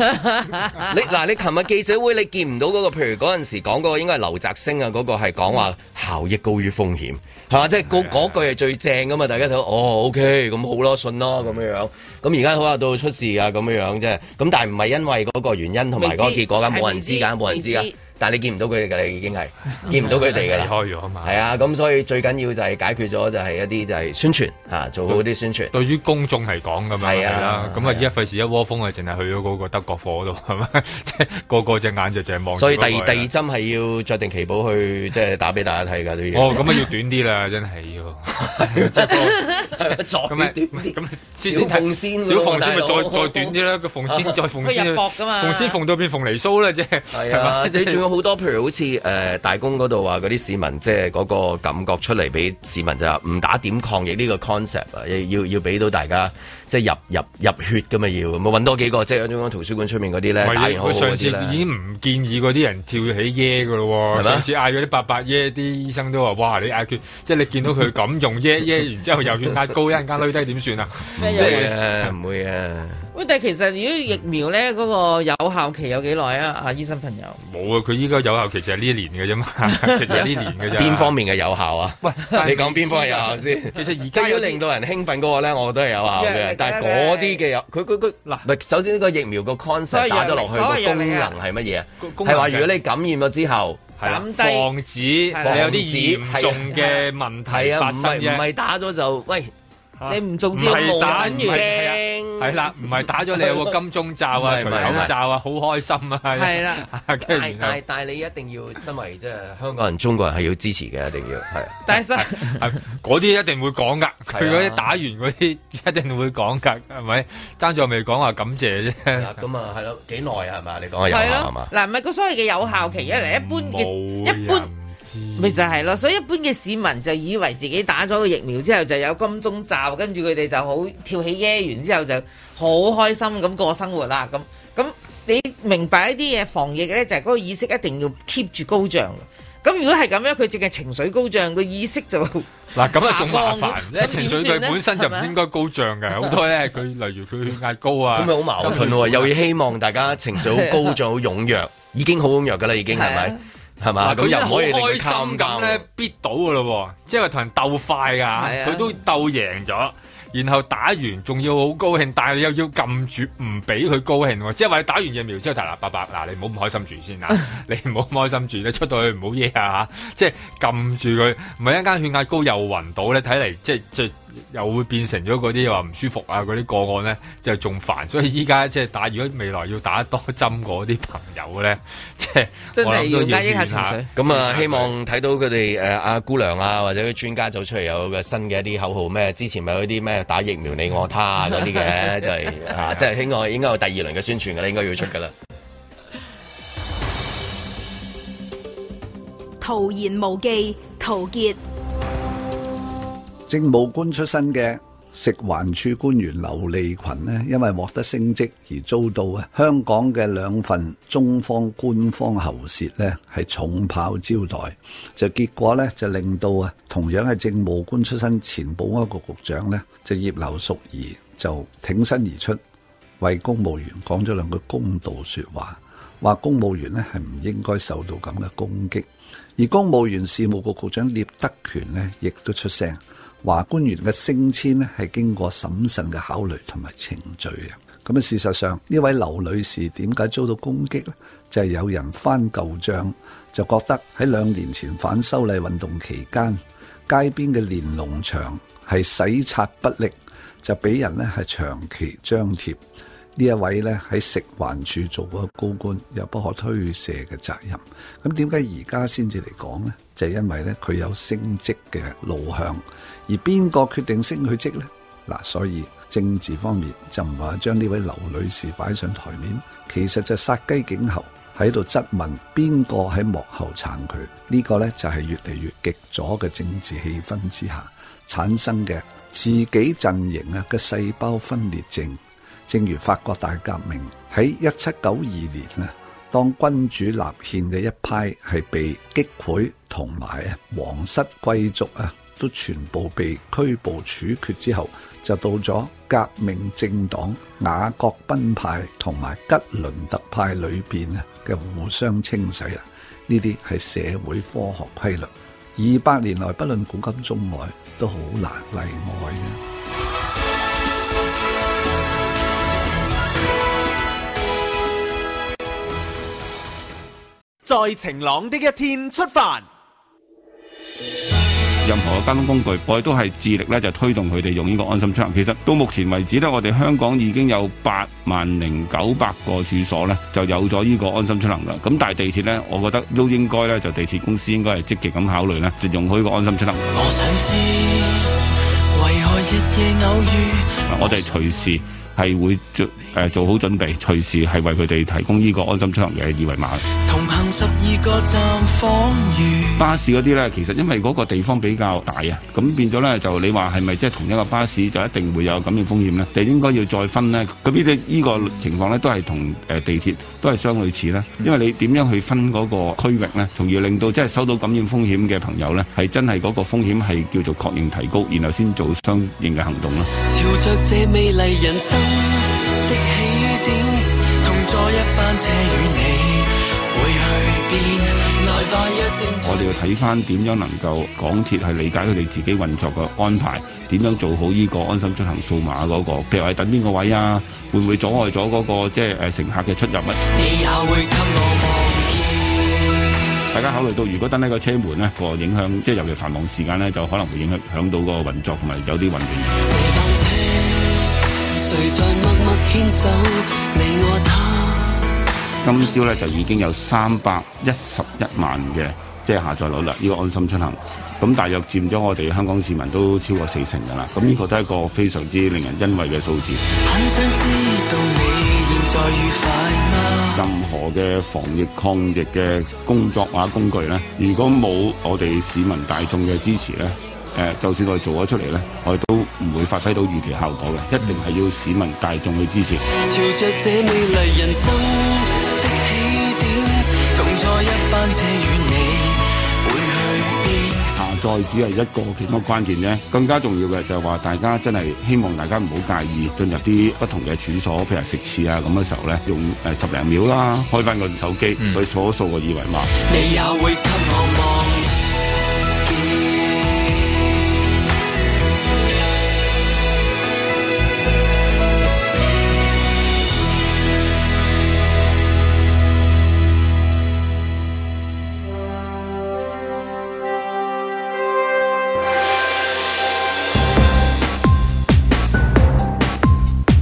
啦。你嗱，你琴日記者會你見唔到嗰、個，譬如嗰陣時講嗰個應該係劉澤星啊，嗰、個係講話效益高於風險，係嘛？即係嗰嗰句係最正噶嘛，大家睇到哦，OK，咁好咯，信咯咁樣樣。咁而家好啊，到出事啊咁樣樣啫。咁但係唔係因為嗰個原因同埋嗰個未知結果㗎，係冇人知未知㗎，冇人知未㗎知。但係你見唔到佢哋㗎啦，已經係見唔到佢哋㗎 [LAUGHS] 離啦。開咗啊嘛。係啊，咁所以最緊要就係解決咗就係一啲就係宣傳嚇、啊做好啲宣傳。對於公眾嚟講咁樣係啊係啦，咁係啊啊依家費事一窩蜂啊，淨係去咗嗰個德國貨度係咪？ [LAUGHS] 即係個個隻眼就淨係望住所以嗰個第人。二第二針係要着定旗袍去即係打俾大家睇㗎都要。哦，咁啊要短啲啦，真係要。即係 [LAUGHS] 再咁咪短咁啊啲，先小先睇鳳仙喎小鳳仙咪大再佬再短啲啦，個鳳仙再鳳 [LAUGHS] 佢仙入博㗎嘛鳳仙鳳到變鳳梨酥啦，即係係係啊 [LAUGHS] 嘛，你仲有好多譬如好似誒、呃大公嗰度話嗰啲市民，即係嗰個感覺出嚟俾市民就話唔打點抗疫呢個 concept 啊，要要要俾到大家即係入入入血㗎嘛要，咁啊揾多幾個即係中央圖書館出面嗰啲咧打唔係完好好佢上嗰次啲已咧。經唔建議嗰啲人跳起耶噶咯係喎，咩上次嗌嗰啲八八耶，啲醫生都話：哇，你嗌佢，即係你見到佢 [LAUGHS] 咁用耶耶，然之後又血壓高，一陣間攣低點算啊？咩唔又會嘅，唔會 [LAUGHS] 嘅。啊喂，但係其實如果疫苗咧嗰個有效期有幾耐啊？啊，醫生朋友，冇啊！佢依家有效期就係呢一年嘅 [LAUGHS] 啫嘛，其實呢年嘅啫。邊方面嘅有效啊？喂，你講邊方面有效先？啊其實而即家係要有令啲到人興奮嗰個咧，我覺得係有效一嘅係。但係嗰啲嘅有，佢佢佢嗱，唔係首先呢個疫苗個所 concept 以打咗落去個所謂功藥嚟能㗎係乜嘢啊？功能係話嘅如果你感染咗之後，係啦減低防止係你有啲防止啊嚴重嘅問題係啊，發唔生係唔啫。係打咗就喂你唔中招唔係冇打等於唔係驚係啦，唔係打咗你有個金鐘罩啊、唔係除唔係口罩啊，好開心啊！係啦， [LAUGHS] 跟住但然後但但你一定要身為即係香港人、中國人係要支持嘅，一定要係。但係實係嗰啲一定會講噶，佢嗰係啲啊打完嗰啲 [LAUGHS] 一定會講噶，係咪？爭在未講話感謝啫，咁啊，係咯，幾耐啊？係嘛？你講下有係效係咯嘛，？嗱，唔係個所謂嘅有效期，一嚟一般嗯冇嘅一般人知咪就係咯，所以一般嘅市民就以為自己打咗個疫苗之後就有金鐘罩，跟住佢哋就好跳起耶完之後就好開心咁過生活啦。咁咁你明白一啲嘢防疫咧，就係、嗰個意識一定要 keep 住高漲嘅。咁如果係咁樣，佢淨係情緒高漲，個意識就嗱，咁啊仲麻下降煩，咁因為情緒點算佢呢本身就係唔咪應該高漲嘅，好多咧佢例如佢血壓高啊，咁咪好矛盾喎，又要希望大家情緒好高漲、好踴躍， [LAUGHS] 已經好踴躍㗎啦，已經係咪係啊？ [LAUGHS] 係嘛？嗱，咁佢又又唔好可以令開佢心 calm 咁 down 咧，必到噶咯喎，即係話同人鬥快噶，係啊佢都鬥贏咗，然後打完仲要好高興，但係你又要撳住唔俾佢高興喎，即係話你打完疫苗之後，嗱，伯伯，嗱你唔好唔開心住 [LAUGHS] 先啊，你唔好唔開心住，你出到去唔好嘢啊嚇，即係撳住佢，唔係一間血壓高又暈倒咧，睇嚟即係即係又會變成咗嗰啲話唔舒服啊嗰啲個案咧，就仲煩，所以依家即係打，如果未來要打多針嗰啲朋友咧，即係真我諗係都要壓抑下勸情緒。咁啊，希望睇到佢哋誒阿姑娘啊，或者啲專家走出嚟有個新嘅一啲口號咩？之前咪有啲咩打疫苗你我他 [LAUGHS] 啊嗰啲嘅，就係、啊，即係應該應該有第二輪嘅宣傳㗎啦，應該要出㗎啦。徒言無忌，陶傑。政務官出身嘅食環署官員劉利群呢，因為獲得升職而遭到啊香港嘅兩份中方官方喉舌呢係重炮招待，就結果呢，就令到啊同樣係政務官出身前保安局局長呢，就葉劉淑儀就挺身而出，為公務員講咗兩句公道説話，話公務員呢係唔應該受到咁嘅攻擊。而公務員事務局局長聶德權呢，亦都出聲話官員嘅升遷呢係經過審慎嘅考慮同埋程序嘅。咁啊，事實上呢位劉女士點解遭到攻擊呢？就係、有人翻舊帳，就覺得喺兩年前反修例運動期間，街邊嘅連龍牆係洗刷不力，就俾人呢係長期張貼。呢一位咧喺食環署做嗰個高官，有不可推卸嘅責任。咁點解而家先至嚟講呢？就係因為咧佢有升職嘅路向，而邊個決定升佢職呢？嗱，所以政治方面就唔話將呢位劉女士擺上台面，其實就殺雞儆猴喺度質問邊個喺幕後撐佢。呢、個呢，就係越嚟越極左嘅政治氣氛之下產生嘅自己陣營啊嘅細胞分裂症。正如法國大革命喺一七九二年啊，當君主立憲嘅一派係被擊潰，同埋啊皇室貴族啊都全部被拘捕處決之後，就到咗革命政黨雅各賓派同埋吉倫特派裏邊啊嘅互相清洗啦。呢啲係社會科學規律，二百年來不論古今中外都好難例外嘅。在晴朗的一天出發。任何嘅交通工具，我哋都係致力咧就推動佢哋用呢個安心出行。其實到目前為止咧，我哋香港已經有八萬零九百個處所咧就有咗呢個安心出行啦。咁但係地鐵咧，我覺得都應該咧就地鐵公司應該係積極咁考慮咧，就用佢呢個安心出行。我想知，為何日夜偶遇？我哋隨時係會做誒、呃做好準備，隨時係為佢哋提供呢個安心出行嘅二維碼。同行十二個站仿如。巴士嗰啲呢，其實因為嗰個地方比較大啊，咁變咗呢，就你話係咪即係同一個巴士就一定會有感染風險呢？就應該要再分呢。咁呢啲呢個情況呢，都係同誒地鐵都係相類似啦。因為你點樣去分嗰個區域呢，從而令到即係收到感染風險嘅朋友呢，係真係嗰個風險係叫做確認提高，然後先做相應嘅行動啦。朝着這美麗人生，的起點，同坐一班車與你會去邊？來吧，約定。我哋要睇翻點樣能夠港鐵係理解佢哋自己運作嘅安排，點樣做好呢個安心出行數碼嗰、個，譬如話等邊個位啊，會唔會阻礙咗嗰、個即係誒乘客嘅出入啊？你也會給我大家考慮到如果等喺個車門咧個影響，即係尤其繁忙時間咧，就可能會影響響到個運作同埋有啲混亂。望見，誰在默默牽手？你我他。今朝咧就已經有三百一十一萬嘅即係下載率啦，呢、個安心出行。咁大約佔咗我哋香港市民都超過四成㗎啦。咁呢個都係一個非常之令人欣慰嘅數字。很想知道你現在愉快嗎？任何嘅防疫抗疫嘅工作或者工具咧，如果冇我哋市民大眾嘅支持咧，誒、就算我哋做咗出嚟咧，我哋都唔會發揮到預期效果嘅，一定係要市民大眾去支持。朝着這美麗人生的起點，同坐一班車與你會去邊？下載只係一個其中一個關鍵啫，更加重要嘅就係話大家真係希望大家唔好介意進入啲不同嘅處所，譬如食肆啊咁嘅時候咧，用誒十零秒啦，開翻個手機嗯去掃一掃個二維碼。你也會給我望見。嗯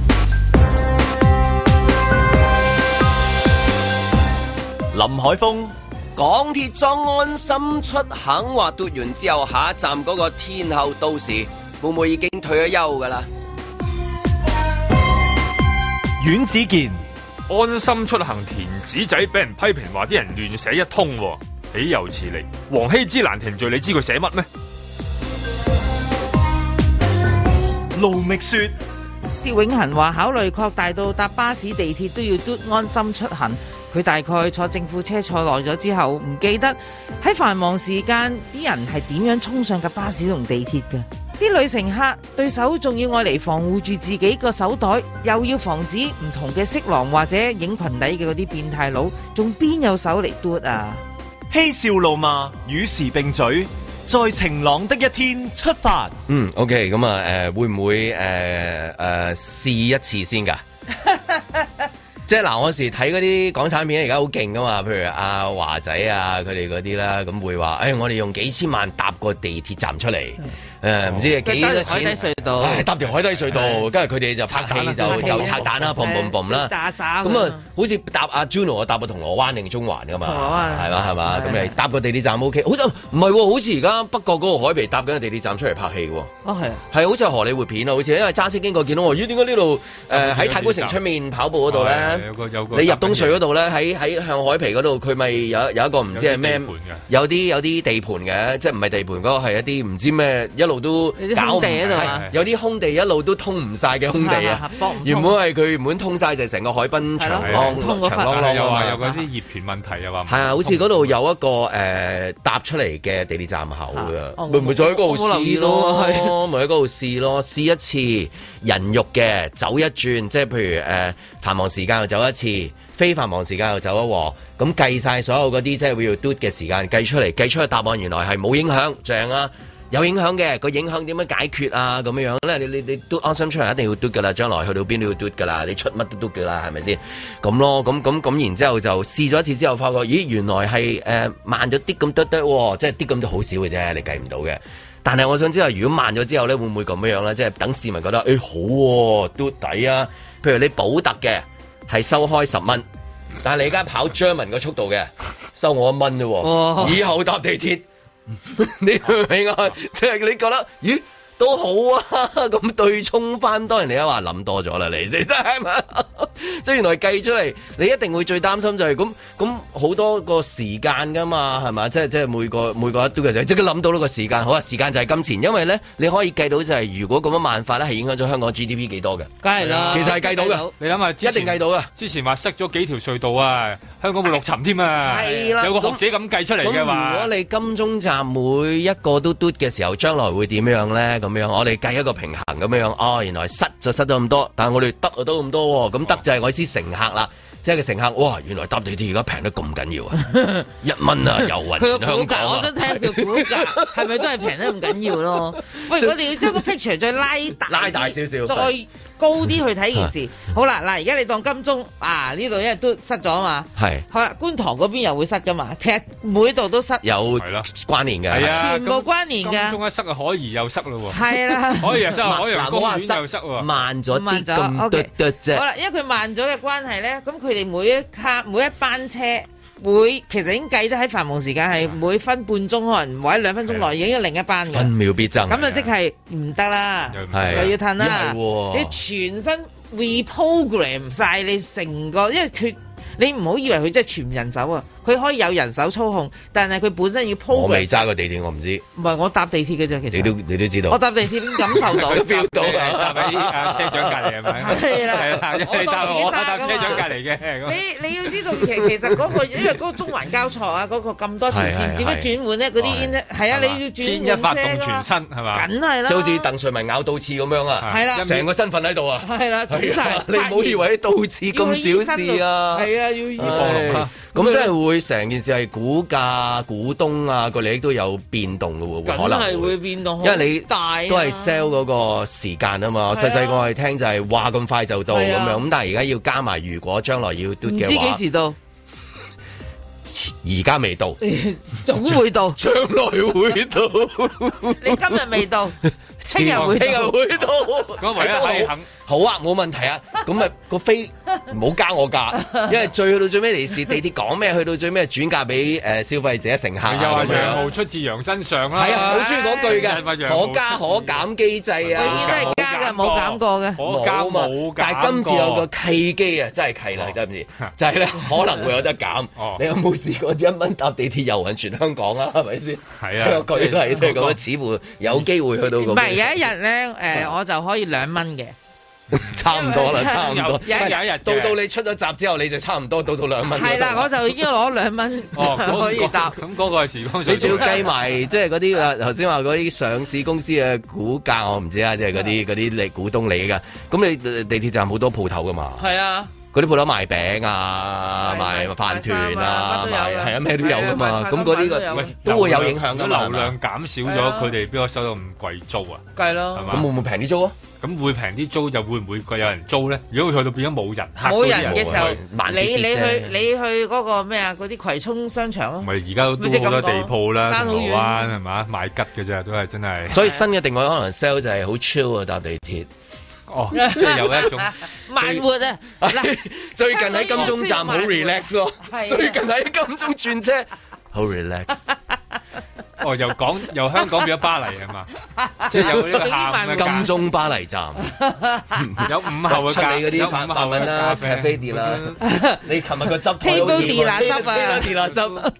林海峰、港鐵裝安心出行話奪完之後，下一站嗰個天后到時會唔會已經退咗休㗎啦？阮子健安心出行填紙仔俾人批評話啲人亂寫一通喎，豈有此理！王羲之蘭亭序，你知佢寫乜咩？盧觅雪，薛永恒話考慮擴大到搭巴士、地鐵都要嘟安心出行。佢大概坐政府車坐耐咗之後，唔記得喺繁忙時間啲人係點樣衝上架巴士同地鐵嘅。啲女乘客對手仲要愛嚟防護住自己個手袋，又要防止唔同嘅色狼或者影裙底嘅嗰啲變態佬，仲邊有手嚟嘟啊？嬉笑怒罵，與時並舉，在晴朗的一天出發。嗯，OK，咁啊，誒會唔會誒誒試一次先 [LAUGHS] 㗎？即係嗱，我有時睇嗰啲港產片而家好勁噶嘛，譬如阿華仔啊，佢哋嗰啲啦，咁會話，誒、哎我哋用幾千萬搭個地鐵站出嚟，呃誒唔、知幾哦多錢，搭條海底隧 [LAUGHS] 道係搭條海底隧道，跟住佢哋就拍戲就就拆彈啊啦，砰砰砰啦，炸炸咁啊，好似搭阿 Juno 啊，搭個銅鑼灣定中環噶嘛，銅鑼灣係嘛係嘛，咁你搭個地鐵站 O K，好似唔係喎，好似而家北角嗰個海皮搭緊個地鐵站出嚟拍戲喎。哦係啊。係好似係荷里活片啊，好似因為揸車經過見到哦我，咦點解呢度誒喺太古城出面跑步嗰度咧係哦有個有？個你入東隧嗰度咧，喺喺向海皮嗰度，佢咪有有一個唔知係咩有有啲地盤嘅？啲有啲地盤嘅，即係唔係地盤嗰個係一啲唔知咩，一路都有啲搞唔空地喺度啊係有啲空地一路都通唔晒嘅空地啊係係係博唔通！原本係佢原本通晒就係成個海濱係長咯廊唔通長嗰忽廊但係廊又啊話嘛有嗰啲業權問題又話唔係啊，好似嗰度有一個誒、呃搭出嚟嘅地鐵站口哦嘅，會唔會再喺嗰度我冇留意試到咯？啊係咪喺嗰度試咯，試一次人肉嘅，走一轉，即係譬如誒、呃繁忙時間又走一次，非繁忙時間又走一鑊，咁計晒所有嗰啲即係會要嘟嘅時間計出嚟，計出嘅答案原來係冇影響，正啊！有影響嘅，個影響點樣解決啊？咁樣樣咧，你你你嘟安心出行一定要嘟噶啦，將來去到邊都要嘟噶啦，你出乜都嘟噶啦，係咪先？咁咯，咁咁咁，然之後就試咗一次之後，發覺咦，原來係誒、呃慢咗啲咁多多喎，即係啲咁都好少嘅啫，你計唔到嘅。但係我想知道，如果慢咗之後咧，會唔會咁樣樣咧？即係等市民覺得誒、好喎、嘟抵啊！譬如你保特嘅係收開十蚊。但係你而家跑 German 嘅速度嘅，收我一蚊啫哦喎。以後搭地鐵， [LAUGHS] 你明唔明啊？即係你覺得，咦，都好啊，咁對沖翻。當然你一話諗多咗啦，你你真係嘛？ [LAUGHS] 即係原來計出嚟，你一定會最擔心就係咁咁好多個時間噶嘛，係嘛？即係即係每個每個一嘟嘅時候，即刻諗到呢個時間。好啊，時間就係金錢，因為咧你可以計到就係如果咁樣辦法咧，係影響咗香港 GDP 幾多嘅。梗係啦其實係計到嘅。你諗下之前，一定計到啊！之前話塞咗幾條隧道啊，香港會陸沉添啊！係啦有個學者咁計出嚟嘅咁如話果，你金鐘站每一個都嘟嘅時候，將來會點樣咧？咁咁樣，我哋計一個平衡咁樣。哦，原來失就失咗咁多，但係我哋得就得咁多喎。哦咁得就係我意思乘客啦，即係個乘客，哇！原來搭地鐵而家平得咁緊要 [LAUGHS] 啊，一蚊啊遊雲佢個全股香港價，啊我想睇下佢股 [LAUGHS] 價係咪都係平得咁緊要咯？喂，我哋要將個 picture 再拉大啲，拉大少少再高啲去睇件事。好啦，嗱，而家你當金鐘啊呢度因為都塞咗啊嘛，係好啦，觀塘嗰邊又會塞噶嘛，其實每度都塞，有關聯嘅，係啊全部關聯㗎。中一塞啊，海怡又塞咯喎。係啦海怡又塞，海洋嗱我公話園又塞喎。慢咗啲慢咗咁，OK 嘟嘟啫好。啦，因為佢慢咗嘅關係咧，咁佢哋每一卡每一班車。每其實已經計得喺繁忙時間係每分半鐘可能或者兩分鐘內已經有另一班嘅，分秒必爭。咁就啊即係唔得啦，啊係啊又要褪啦，因為喎你全身 reprogram 晒你成個，因為佢你唔好以為佢真係全人手啊，佢可以有人手操控，但係佢本身要我未 program，揸過地鐵，我唔知。唔係我搭地鐵嘅啫，其你都實你都知道。 [LAUGHS] 我搭地鐵已經感受到 feel 到搭喺啊車長隔離係咪？係啦係啦，我你搭當自己揸我搭㗎車嘛長隔離嘅。咁你你要知道，其其實嗰、個因為嗰個中環交錯啊，嗰、個咁多條係線係點樣係轉換咧？嗰啲 in 係啊，係嘛你要轉換啊車㗎嘛，係嘛梗係啦即係好似鄧瑞文咬到刺咁樣啊，係啦成個身份喺度啊，係啦腫晒係 [LAUGHS] 啊你唔好以為啲到刺咁小事啊，要去醫生度係啊要醫唉咁真係會成件事係股價、股東啊個利益都有變動嘅梗喎，可能係會變動好因為你大啊都係 sell 嗰個時間啊嘛，係細啊細個係聽就係話咁快就到咁係啊樣，咁但係而家要加埋，如果將來要嘟唔嘅知話幾，時到，而家 [LAUGHS] 未到，總會到，將來會到。你今日未 [LAUGHS] 到，聽日會到，聽日會到。咁唯一係哎肯好啊，冇問題啊。咁咪個飛 [LAUGHS] 唔好加我價，因為最去到最尾嚟是地鐵講咩，去到最尾轉嫁俾誒消費者乘客又啊話咁羊樣。毛出自羊身上啦。係啊，好中意嗰句係咪嘅，羊毛可加可減機制啊，永遠都係加㗎冇減過嘅可加冇減過但係今次有個契機啊，真係契啦，真係唔知，就係咧可能會有得減。你有冇試過一蚊搭地鐵遊運全香港啊？係咪先？係即係舉例，即係咁樣，似乎有機會去到咁。唔係有一日咧，誒、我就可以兩蚊嘅，差唔多啦，差唔多。有有一日嘅到到你出咗集之後，你就差唔多到到兩蚊嗰度。係啦，我就已經攞兩 [LAUGHS] 蚊哦嗰可以搭。咁嗰個係時光隧道你仲要計埋即係嗰啲啊頭先話嗰啲上市公司嘅股價，我唔知啊，即係嗰啲嗰啲利股東利噶。咁你地鐵站好多鋪頭噶嘛？係啊，嗰啲鋪頭賣餅啊，賣飯團啊，賣係啊咩都有噶嘛。咁嗰啲個都會有影響噶嘛。流量減少啊咗，佢哋邊個收到咁貴租啊？計咯係嘛哦咁會唔會平啲租啊？咁會平啲租又會唔會貴有人租咧？如果去到變咗冇人客嗰冇啲人嘅時候會慢，你啲你啲啫去你去嗰個咩啊？嗰啲葵涌商場咯唔，係而家咪即係都好多咁講地鋪啦，爭好銅鑼遠灣係嘛，賣吉嘅啫，都係真係。所以新嘅定位可能 sell 就係好 chill 啊，搭地鐵。哦即係 [LAUGHS] 有 [LAUGHS] 一種慢活 [LAUGHS] 啊！嗱，哎最近喺金鐘站好 relax 咯係啊，最近喺金鐘轉車好 relax。哦，由港由香港變咗巴黎啊嘛，即係 [LAUGHS] 有呢個下午嘅金價鐘巴黎站， [LAUGHS] 有午後嘅出價，你嗰有啲午飯飯後嘅品啦咖啡嗯，cafe 啲啦，你琴日個執台 Table D 啦執啊，table D 啦執，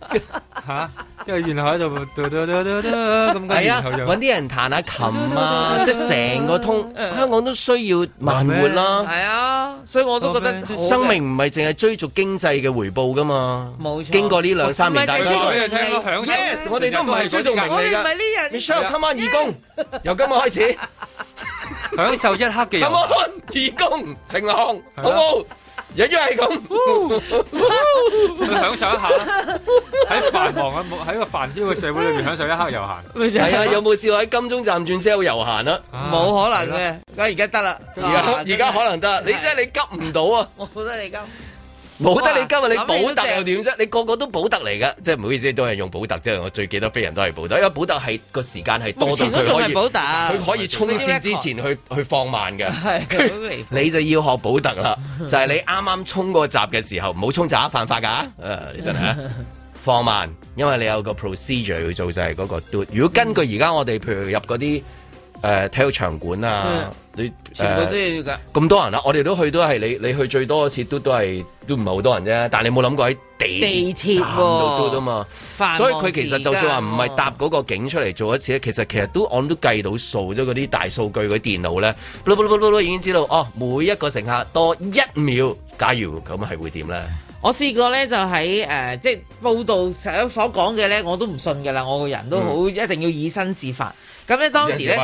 嚇，因為然後喺度嘟嘟嘟嘟嘟咁，跟住係啊然，後就揾啲人彈下琴嗯啊，即係成個通香港都需要慢活啦。係啊，所以我都覺得好嘅生命唔係淨係追逐經濟嘅回報噶嘛，冇錯經過呢兩三年，大唔家係淨係追逐聽到享受 Yes，我哋都唔係追逐名我利哋㗎唔係呢人 Michelle，今晚 [LAUGHS] 義工，由今日開始。享受一刻咁嘅遊我義工晴朗，係啦好冇？一樣係咁，去享受一下啦，喺繁忙嘅喺個繁囂嘅社會裏面享受一刻遊閒。咪就係 [LAUGHS] 係啊！有冇試過喺金鐘站轉車好遊閒啊？冇可能嘅，咁而家得啦，而家而家可能得，你係真係你急唔到啊！我覺得你咁冇得你今日你哇保特又點啫？你個個都保特嚟噶，即係唔好意思，都係用保特即係我最記得飛人都係保特，因為保特係個時間係多目到前佢都仲可係以，保達，佢可以衝線之前去去放慢嘅。係好離你就要學保特 [LAUGHS] 啦，就係你啱啱衝個閘嘅時候，唔好衝閘，[LAUGHS] 犯法㗎。誒，你真係啊放慢，因為你有個 procedure 要做，就係嗰個 do。如果根據而家我哋譬如入嗰啲誒體育場館啊嗯，你全部誒都要㗎。咁多人啦，我哋都去都係你你去最多一次都都係都唔係好多人啫，但你冇諗過喺地地鐵站度喎都啊嘛，繁忙所以佢其實就算話唔時間喎係搭嗰個景出嚟做一次咧，其實其實都我諗都計到數咗嗰啲大數據嗰啲電腦咧，嚕嚕嚕嚕嚕已經知道哦，每一個乘客多一秒，假如咁係會點咧？我試過咧就喺誒、呃即係報道所所講嘅咧，我都唔信㗎啦。我個人都好、一定要以身試法。咁咧當時咧，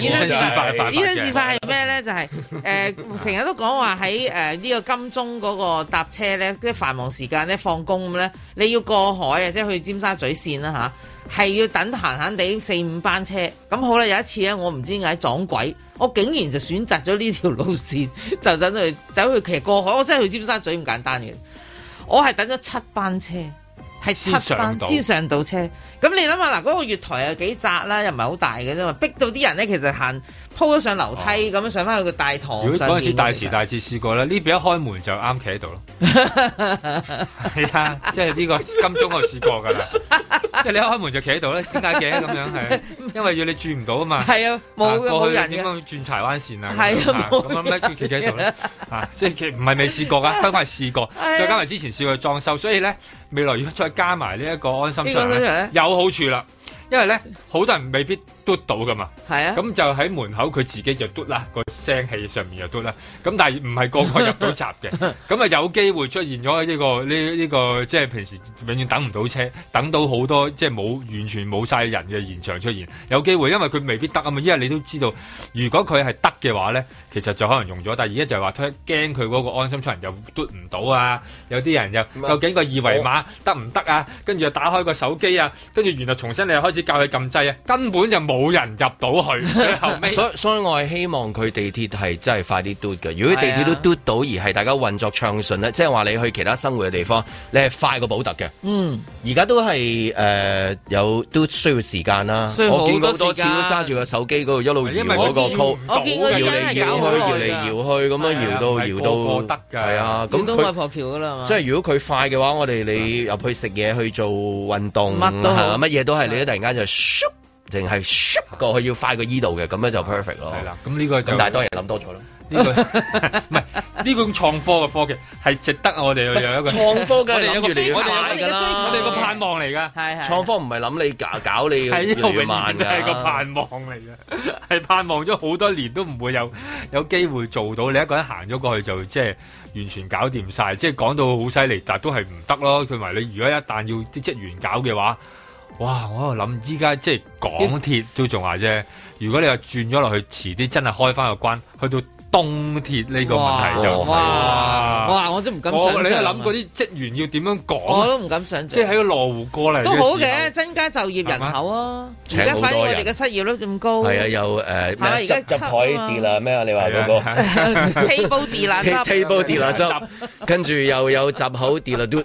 以以身身試試法法係犯法嘅以身試法係咩咧？就係、誒成日都講話喺誒呢個金鐘嗰個搭車咧，即係繁忙時間咧放工咁咧，你要過海啊，即係去尖沙咀線啦吓。係要等閒閒地四五班車，咁好啦。有一次咧，我唔知點解撞鬼，我竟然就選擇咗呢條路線， [LAUGHS] 就走去走去其實過海，我真係去尖沙咀咁簡單嘅。我係等咗七班車，係七班先上到先上到車。咁你諗下嗱，嗰、個月台有幾窄啦，又唔係好大嘅啫嘛，逼到啲人咧其實行鋪咗上樓梯咁樣、上翻去個大堂如果上嗰陣時邊嘅大其時實大節試過咧，呢邊一開門就啱企喺度咯。 [LAUGHS] 係啊，即係呢個金鐘我試過㗎啦。 [LAUGHS] 即係你一開門就企喺度咧，點解嘅咁樣係？因為要你轉唔到啊嘛。係啊冇嘅啊冇過去人嘅點解會轉柴灣線啊？係啊冇咁樣咧，企喺度咧啊，即係其實唔係未試過㗎，不過係試過，係啊再加埋之前試過裝修，所以咧未來如果再加埋呢一個安心呢上個安心上咧咧，有好處啦。因為咧，好多人未必嘟到噶嘛，係啊咁就喺門口佢自己就嘟啦，個聲氣上面就嘟啦，咁但係唔係個個入到閘嘅，咁啊有機會出現咗呢、個呢呢、個即係平時永遠等唔到車，等到好多即係冇完全冇晒人嘅現場出現，有機會，因為佢未必得啊嘛，因為你都知道，如果佢係得嘅話咧，其實就可能用咗，但係而家就係話佢驚佢嗰個安心出人又嘟唔到啊，有啲人又究竟個二維碼得唔得啊？跟住又打開個手機啊，跟住原來重新你又開始教佢撳掣啊，根本就冇人入到 [LAUGHS] 去，最後尾。所以所以我係希望佢地鐵係真係快啲嘟嘅。如果地鐵都嘟到而係大家運作暢順咧，即係話你去其他生活嘅地方，你係快過保特嘅。嗯，而家都係誒、呃有都需要時間啦。需要好我多見過好多時次都間揸住個手機嗰度一路搖嗰個因為佢搖 code，唔到我見過搖有嚟人係搖搞去，搖好嚟耐㗎啊搖去咁樣搖到搖個到個得㗎係啊，咁咁都佢外。婆橋㗎啦嘛。即係如果佢快嘅話，我哋你入去食嘢去做運動，啊乜都好係啊乜嘢都係，你一突然間就咻，淨係咻過去要快過依度嘅，咁樣就啊 perfect 咯。係啦，咁呢個就但係當然諗多咗咯。呢個唔係呢個咁創科嘅科技係值得我哋有一 [LAUGHS] 個創科梗 [LAUGHS] 我係哋有諗個越嚟越我哋有個快㗎啦我哋有個盼望嚟㗎，係創科唔係諗你搞搞你係越因為嚟越永慢㗎遠都係個盼望嚟嘅， [LAUGHS] 係盼望咗好多年都唔會有有機會做到。你一個人行咗過去就即係完全搞掂晒，即係講到好犀利，但都係唔得咯。佢埋你如果一旦要啲職員搞嘅話，哇！我喺度諗，依家即係港鐵都仲話啫。如果你話轉咗落去，遲啲真係開翻個關，去到東鐵呢個問題就啊哇哇哇我都唔敢想我你象啊諗嗰啲職員要點樣講？我都唔敢想象即係喺個羅湖過嚟都好時候嘅，增加就業人口啊！係嘛而家反而我請好多人哋嘅失業率咁高，係啊，有誒哦係啊咩而家執執執啊台跌啦咩啊？你話嗰個 [LAUGHS] table 跌啦，執 table 跌啦執，跟住又有集口跌啦嘟， [LAUGHS]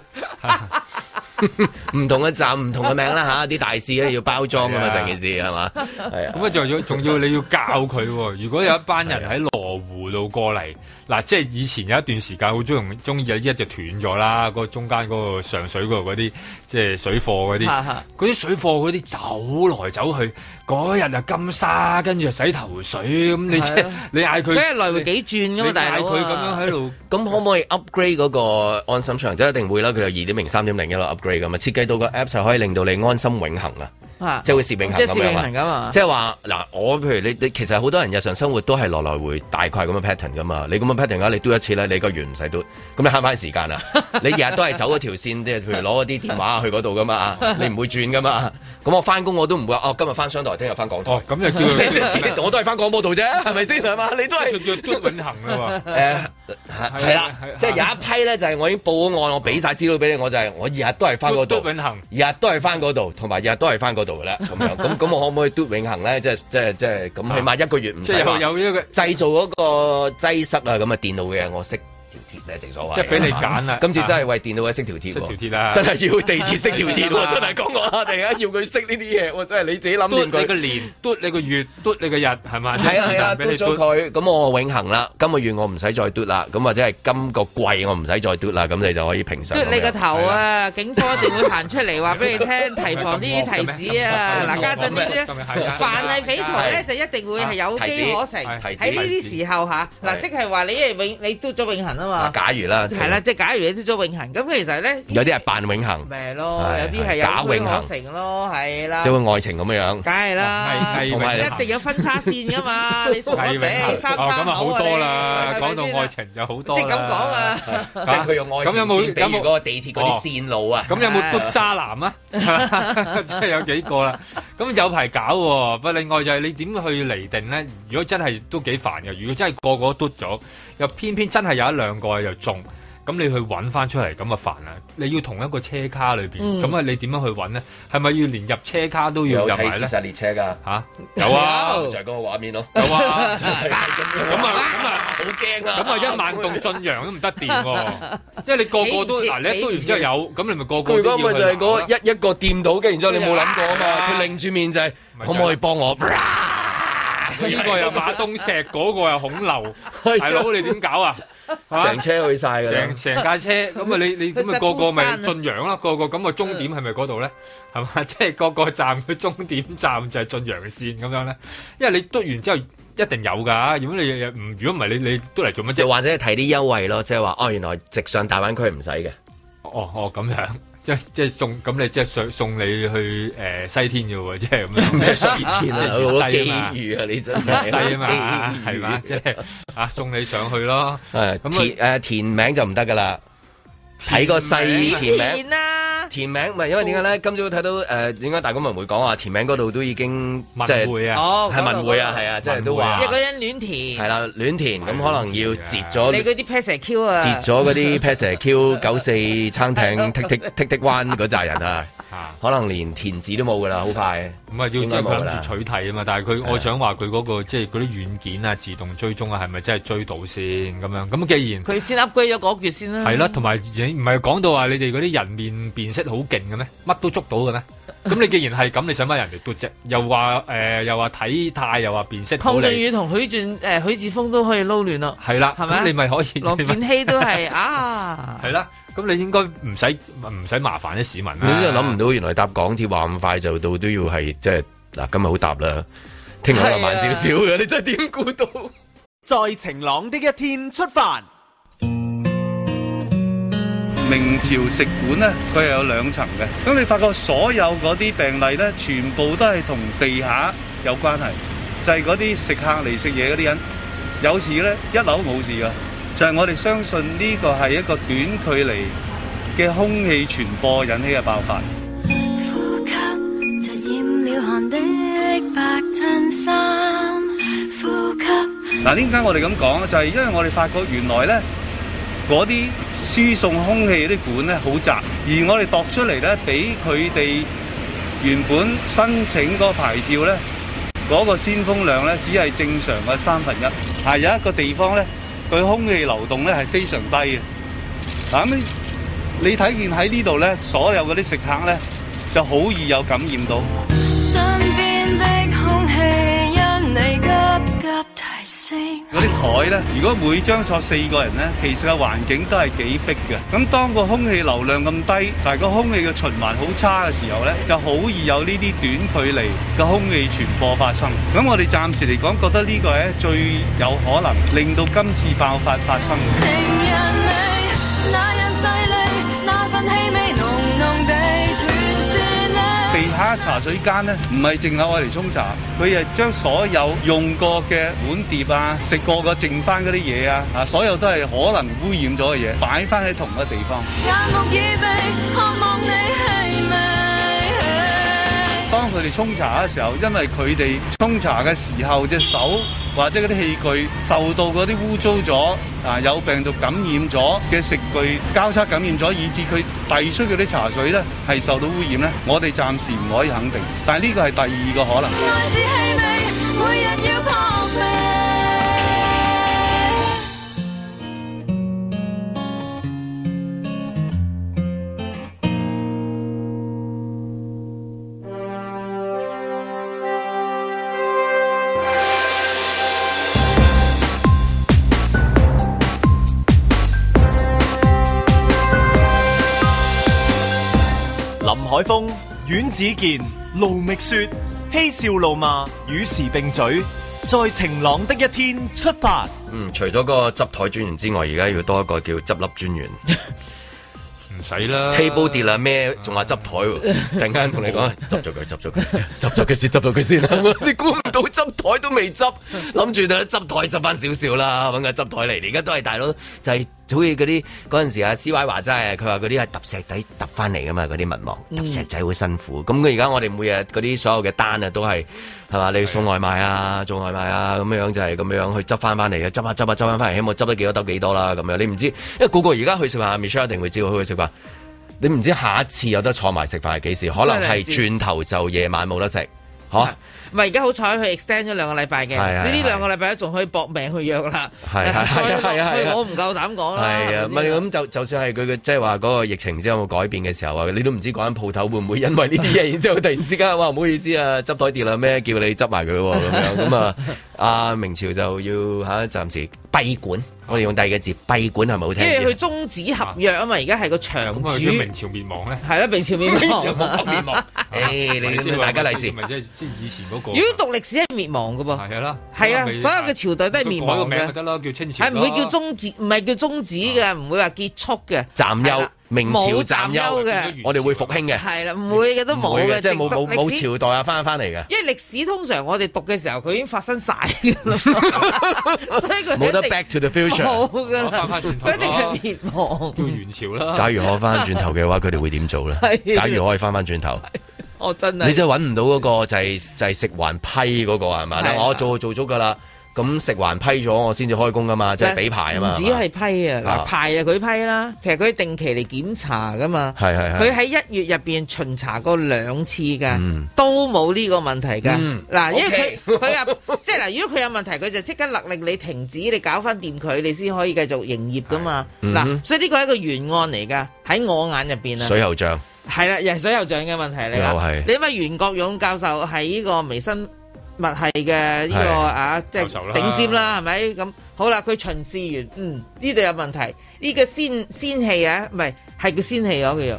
唔同嘅站唔同嘅名啦吓，啲大事咧要包裝㗎嘛，係啊成件事係嘛？係啊，咁啊，仲要仲要你要教佢喎。如果有一班人喺羅湖度過嚟，嗱，即係以前有一段時間好中意中意，依家就斷咗啦。嗰個中間嗰個上水嗰度嗰啲，即係水貨嗰啲，哈哈嗰啲水貨嗰啲走來走去，嗰日啊金沙，跟住啊洗頭水，咁你即係係啊你嗌佢，梗係來回幾轉㗎嘛大佬啊你嗌佢咁樣喺度。咁可唔可以 upgrade 嗰個安心場？都一定會啦，佢有二點零、三點零一路 upgrade 咁嘛，設計到個 app 就可以令到你安心永恆啊！啊即係會攝影行即係攝影行咁咁樣啊啦，即係話嗱，我譬如你你其實好多人日常生活都係來來回大概咁嘅 pattern 噶嘛，你咁嘅 pattern 啊，你嘟一次咧，你個月唔使嘟，咁你慳翻時間啦。你日日都係走嗰條線，即係譬如攞嗰啲電話去嗰度噶嘛，你唔會轉噶嘛。咁我翻工我都唔會話哦，今日翻商台，聽日翻港台。哦，咁就叫我都係翻廣播度啫，係咪先係嘛？你都係叫嘟永恆啦喎。誒係啦係，即係有一批咧，就係我已經報咗案，我俾晒資料俾你，我就係我日日都係翻嗰度，嘟永恆日日都係翻嗰度，同埋日日都係翻嗰度嘅 [LAUGHS] 啦。咁樣咁咁，我可唔可以嘟永恆咧？即係即係即係咁，起碼一個月唔啊即係使有話有呢個製造嗰個擠塞啊！咁啊，電腦嘅我識條鐵咧，正所謂即係俾你揀啊啦 [LAUGHS] 今次真係為電腦嘅識條鐵喎，識條鐵啦真係要地鐵識條鐵係啦 [LAUGHS] 喎，真係講我啊突然間要佢識呢啲嘢，我真係你自己諗嘟掂佢你個年，嘟你個月，嘟你個日，係嘛？係啊係 [LAUGHS] 啊，俾嘟你咗佢，咁我永恆啦。今個月我唔使再嘟啦，咁或者係今個季我唔使再嘟啦，咁你就可以平常咁樣。嘟你個頭啊！警方一定會行出嚟話俾你 [LAUGHS] 聽，提防呢啲提子啊！咁惡嘅咩嗱，家陣呢啲咁惡嘅咩咧，凡係匪徒咧係就一定會係有機可乘。提子喺呢啲時候嚇，係嗱，即係話你係永你嘟咗永恆啊啊嘛。假如啦，係啦，即係假如你都咗永恆，咁其實咧有啲係扮永恒，咪咯，係有啲係有假推永可恆，成咯，係啦即。係愛情咁樣梗係啦，同埋一定有分叉線 [LAUGHS] 噶嘛，你傻係地永恆三哦叉咁啊口好啊多你 [LAUGHS] 啦，係咪講到先啊愛情有好多啦，即係咁講啊即係佢用愛情咁有冇線比有喻冇嗰個地鐵嗰啲線路啊哦咁有冇督渣男啊？ [LAUGHS] 即係有幾個啦。啊咁有排搞喎。不過另外就係你點去釐定咧？如果真係都幾煩嘅，如果真係個個都篤咗，又偏偏真係有一兩個又中。咁你去揾翻出嚟，咁啊煩啦！你要同一個車卡裏邊，嗯咁啊、你點樣去揾咧？係咪要連入車卡都要入有睇埋咧？ 《屍殺列車》㗎嚇，有啊，就係嗰個畫面咯，有 [LAUGHS] 啊，就係咁 [LAUGHS] 啊咁啊，好驚啊！咁啊一萬棟進洋都唔得掂喎， [LAUGHS] 因為你個個起都唔切嗱，你一篤完之後有，咁你咪個佢個嗰個都要咪去就係鬧嗰啦一一個掂到嘅，然之後你冇諗過 [LAUGHS] 啊係嘛，啊佢擰住面就係可唔可以幫我？呢個又馬東石，嗰個又 [LAUGHS] 孔劉，大佬你點搞啊？係嘛成車去晒㗎啦成成 [LAUGHS] 架車咁啊！你你咁啊去個個石鼓山咪啊嗯進洋啦，個個咁啊終點係咪嗰度咧？係嘛， [LAUGHS] 即係個個站佢終點站就係進洋線咁樣咧，因為你篤完之後。一定有㗎，如果你唔如果唔係你你都嚟做乜又啫？或者係睇啲優惠咯，即係話哦，原來直上大灣區唔使嘅。哦哦咁樣，即即係送咁你即係送送你去誒、呃西天嘅喎，即係咁樣。咩西天 [LAUGHS] 啊即係好多西嘛機遇啊你真係 [LAUGHS] 西啊嘛，機遇係嘛，即係啊送你上去咯。誒填誒填名就唔得㗎啦，睇個細填名。啊啊 [LAUGHS] 填名唔係因為點解哦咧？今朝睇到誒點解大公文會講話填名嗰度都已經即係會哦，係文會啊，嗰度係啊，即係都話因為嗰人亂填，係啦，亂填咁可能要截啊咗你嗰啲 pass Q 啊，截咗 [LAUGHS] 嗰啲 p a s Q 九四餐艇剔剔剔剔灣嗰扎人 [LAUGHS] 啊，可能連填字都冇噶啦，好快。唔係要即應該係冇佢㗎啦諗住取替啊嘛，但係佢係啊我想話佢嗰個即係嗰啲軟件啊、自動追蹤啊，係咪真係追到先咁樣？咁既然佢嗯先 upgrade 咗嗰橛先啦。係啦，同埋已唔係講到話你哋嗰啲人面辨識好勁嘅咩？乜都捉到嘅咩？咁你既然係咁，你想乜人哋嘟啫？又話誒、呃又話體態，又話辨識到邝俊你宇，同許俊誒許志峰都可以撈亂咯，係啦，咪啊咁你咪可以羅你咪健熙都 [LAUGHS] 係啊，係啦，咁你應該唔使唔使麻煩啲市民啦。你都 [LAUGHS] 諗唔到，原來搭港鐵話咁快就到，都要係即係嗱，今日好搭啦，聽日可能慢少少啊嘅，你真係點估到？在晴朗的一天出發。明朝食館咧，佢係有兩層嘅。咁你發覺所有嗰啲病例咧，全部都係同地下有關係，就係嗰啲食客嚟食嘢嗰啲人，有時咧一樓冇事噶，就係、我哋相信呢個係一個短距離嘅空氣傳播引起嘅爆發。就染了汗的白襯衫，呼吸嗱，點解我哋咁講就係、因為我哋發覺原來咧嗰啲輸送空氣啲管咧好窄，而我哋度出嚟咧，比佢哋原本申請嗰個牌照咧嗰、個先風量咧，只係正常嘅三分一。係有一個地方咧，佢空氣流動咧係非常低嘅。嗱咁你睇見喺呢度咧，所有嗰啲食客咧就好易有感染到。身邊的空氣因你急急提升。嗰啲台咧，如果每張坐四個人咧，其實個環境都係幾逼嘅。咁當個空氣流量咁低，但係個空氣嘅循環好差嘅時候咧，就好易有呢啲短距離嘅空氣傳播發生。咁我哋暫時嚟講，覺得呢個咧最有可能令到今次爆發發生情嘅。人你那樣細膩，那份氣味濃濃地傳是你。地下茶水間咧，唔係淨係愛嚟沖茶，佢係將所有用過嘅碗碟啊、食過嘅剩翻嗰啲嘢啊，啊，所有都係可能污染咗嘅嘢，擺翻喺同一個地方。眼目已被渴望你氣味。當佢哋沖茶嘅時候，因為佢哋沖茶嘅時候隻手或者嗰啲器具受到嗰啲污糟咗啊有病毒感染咗嘅食具交叉感染咗，以致佢遞出嗰啲茶水咧係受到污染咧，我哋暫時唔可以肯定，但係呢個係第二個可能。愛是氣味，每日要撲鼻。林海峰、阮子健、盧覓雪、嬉笑怒罵，與時並嘴，在晴朗的一天出發。嗯，除咗個執台專員之外，而家要多一個叫執笠專 [LAUGHS] 員。唔使啦，table 跌啦咩？仲話執台 [LAUGHS] 喎，突然間同你講執咗佢，執咗佢，執咗佢先，執咗佢先。 [LAUGHS] 你估唔到執台都未執，諗住就執台執翻少少啦，揾個執台嚟。而家都係大佬，就係、好似嗰啲嗰陣時啊，C Y 話齋，佢話嗰啲係揼石底揼翻嚟噶嘛，嗰啲民望揼石仔好辛苦。咁佢而家我哋每日嗰啲所有嘅單啊，都係係嘛，你送外賣啊，做外賣啊，咁樣就係咁樣去執翻翻嚟嘅，執下執下執翻翻嚟，希望執得幾多得幾多啦咁樣。你唔知，因為個個而家去食飯，Michelle 一定會知道佢去食飯。你唔知下一次有得坐埋食飯係幾時，可能係轉頭就夜晚冇得食，嚇、唔係而家好彩佢 extend 咗兩個禮拜嘅，係係所以呢兩個禮拜都仲可以搏命去約啦。[LAUGHS] 係係係啊係啊係啊我唔夠膽講啦。係啊，唔係咁就就算係佢嘅即係話嗰個疫情之後有冇改變嘅時候啊，你都唔知嗰間鋪頭會唔會因為呢啲 [LAUGHS] 嘢，然之後突然之間哇唔好意思啊，執台跌啦咩，叫你執埋佢喎咁樣 [LAUGHS] 咁啊，阿明朝就要嚇暫時閉館，我哋用第二個字閉館係咪好聽因為啲佢？終止合約啊嘛，而家係個場主。咁啊，明朝滅亡咧， [LAUGHS] 係啦，明朝滅亡。 [LAUGHS] 明朝冇滅亡。誒，你咁樣大家利是咪即係即係以前嗰個。如果讀歷史係滅亡嘅噃，係啦，係啊，咁咪所有嘅朝代都係滅改個亡名咪嘅，得咯，叫清朝係哎唔咯。會叫終止，唔係叫終止嘅，哦唔會話結束嘅，暫係休啦，明朝冇暫休嘅，我哋會復興嘅，係啦，唔會嘅都唔冇會嘅，嘅，即係淨冇讀冇冇歷史朝代啊翻翻嚟 [LAUGHS] 嘅。因為歷史通常我哋讀嘅時候，佢已經發生晒㗎 [LAUGHS] 啦，所以佢冇得一定 back to the future 冇㗎我翻啦返轉，佢頭一定咯係滅亡。叫元朝啦。假如可翻翻轉 [LAUGHS] 頭嘅話，佢哋會點做咧係？假如可以翻翻轉頭。我哦真係你真係揾唔到嗰個就係、就係、食環批嗰個係嘛？係啊嗱，我做做足㗎啦，咁食環批咗我先至開工㗎嘛，即係俾牌啊唔嘛。止係嘛係批啊，啊嗱牌啊佢批啦，其實佢定期嚟檢查噶嘛，係係係佢喺一月入邊巡查過兩次噶嗯，都冇呢個問題噶嗯。嗱，因為佢佢啊， [LAUGHS] 即係嗱，如果佢有問題，佢就即刻勒令你停止，你搞翻掂佢，你先可以繼續營業噶嘛。嗯嗱，所以呢個係一個原案嚟噶，喺我眼入邊啊。水喉匠，係啦，又係水油獎嘅問題嚟啦。又係你諗下袁國勇教授係呢個微生物系嘅呢個係啊，即係教授啦頂尖啦，係咪？咁好啦，佢巡視完，嗯，呢度有問題，呢、個鮮鮮氣啊，唔係係叫鮮氣嗰叫氣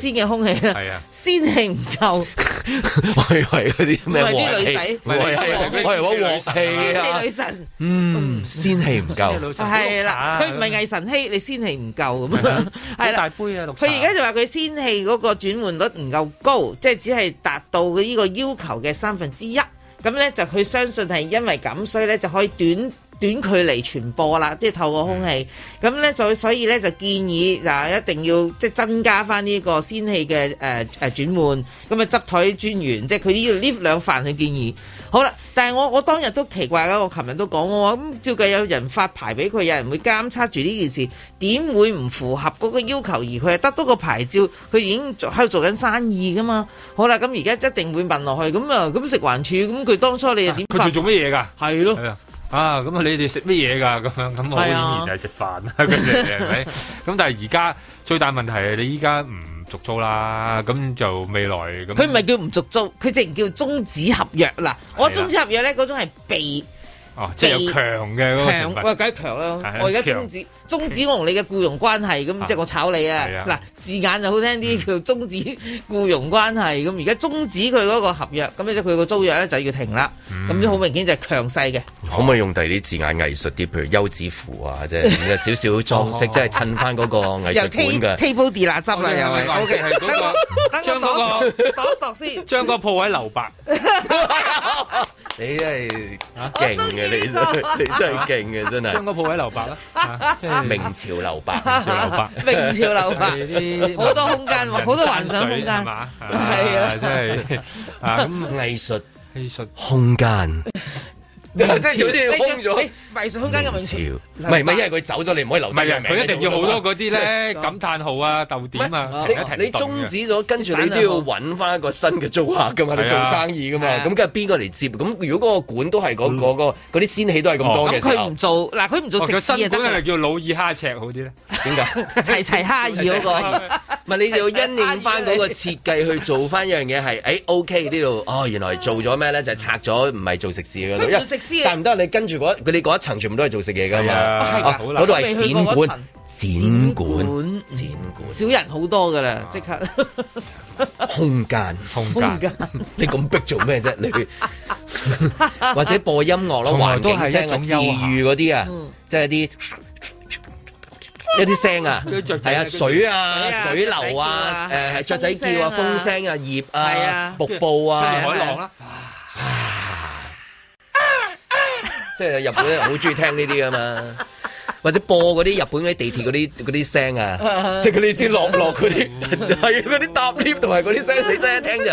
新鮮嘅空氣啦，係啊鮮氣唔夠， [LAUGHS] 我以為嗰啲咩唔係啲鑊女氣仔，我以為唔係我以為啲女神鮮鑊氣啊氣女，神嗯，仙氣唔夠，哦係啊啦，佢唔係偽神氣，你鮮氣唔夠咁樣， [LAUGHS] 係啦。杯啊，綠佢茶而家就話佢仙氣嗰個轉換率唔夠高，即係只係達到佢呢個要求嘅三分之一。咁咧就佢相信係因為咁，所以咧就可以短短距離傳播啦，即係透過空氣。嗯咁咧就所以咧就建議嗱，一定要即係增加翻呢個仙氣嘅誒誒轉換。咁啊執台專員，即係佢呢度呢兩範去建議。好啦，但係我我當日都奇怪啦，我琴日都講我話咁，照計有人發牌俾佢，有人會監測住呢件事，點會唔符合嗰個要求？而佢係得到個牌照，佢已經做喺度做緊生意噶嘛。好啦，咁而家一定會問落去，咁啊，咁食環署，咁佢當初你又點啊佢發做？做乜嘢㗎？係咯。啊，咁啊，你哋食乜嘢㗎？咁樣咁我係啊以前就係食飯啦， [LAUGHS] 佢哋係咪？咁但係而家最大問題係你依家唔續租啦，咁就未來咁。佢唔係叫唔續租，佢直叫終止合約嗱。我係啦終止合約咧，嗰種係被。哦，即係有強嘅嗰個強成分喂，梗係強啦係！我而家強終止終止我同你嘅僱傭關係，咁即係我炒你啊係啊！嗱，字眼就好聽嗯啲，叫終止僱傭關係。咁而家終止佢嗰個合約，咁即係佢個租約咧就要停啦。嗯咁就好明顯就係強勢嘅。可唔可以用第二啲字眼藝術啲，譬如休止符啊，即係有少少裝飾，即係襯翻嗰個藝又術館 ta- 嘅。 table 啲啦，執啦啊又係。O 哦係 K，嗰個等我等將嗰我個度度一度先。將個鋪位留白。你真係勁嘅，你真係你真係勁嘅，真將係。個鋪位留白啦，明朝留 [LAUGHS] 白，啊明朝留白係啲好多空間喎好多幻想空間人山水係嘛？係 [LAUGHS] 啊真係啊咁藝術藝術空間。即係好似空咗你藝術空間嘅明潮，朝。唔係唔係，因為佢走咗，你唔可以留唔低係啊人，名佢一定要好多嗰啲咧喺度㗎嘛感嘆號啊、逗點啊，停一停你你動終嘅止咗，跟住你都要揾翻一個新嘅租客噶嘛，係啊你做生意噶嘛，係啊咁梗係邊個嚟接？咁如果嗰個館都係嗯嗰嗰個嗰啲仙氣都係咁咁多嘅時佢候唔，做嗱，佢唔做食肆哦佢新啊得館係咪㗎。叫老二蝦赤好啲咧？ [LAUGHS] 點解？齊齊蝦兒嗰個。唔係你就要因應翻嗰個設計去做翻一樣嘢係，誒 OK 呢度哦，原來做咗咩咧？就係拆咗，唔係做食肆嗰度，佢唔因為做食肆嘅啊哦但唔得，你跟住嗰佢哋嗰一層全部都係做食嘢㗎嘛，係啊啊好難嗰度係展我未去過嗰館層，展館館展館少人好多噶啊啦，即刻。空間空間空 [LAUGHS] 間你咁逼做咩啫？你或者播音樂咯，從來環都境係聲一啊、種治休閒癒嗰啲啊嗯，即係啲。一啲聲啊，啲雀仔係啊，嗰啲水啊水啊，水雀流仔叫啊啊，誒係雀仔叫啊，風風聲聲啊，葉係啊啊，瀑布啊，跟住海浪啦，即係日本人好中意聽呢啲噶嘛，或者播嗰啲日本嗰啲地鐵嗰啲嗰啲聲 [LAUGHS] 啊，即係佢哋知落落嗰啲，係嗰啲搭 lift 同埋嗰啲聲，你真係一聽 [LAUGHS] 就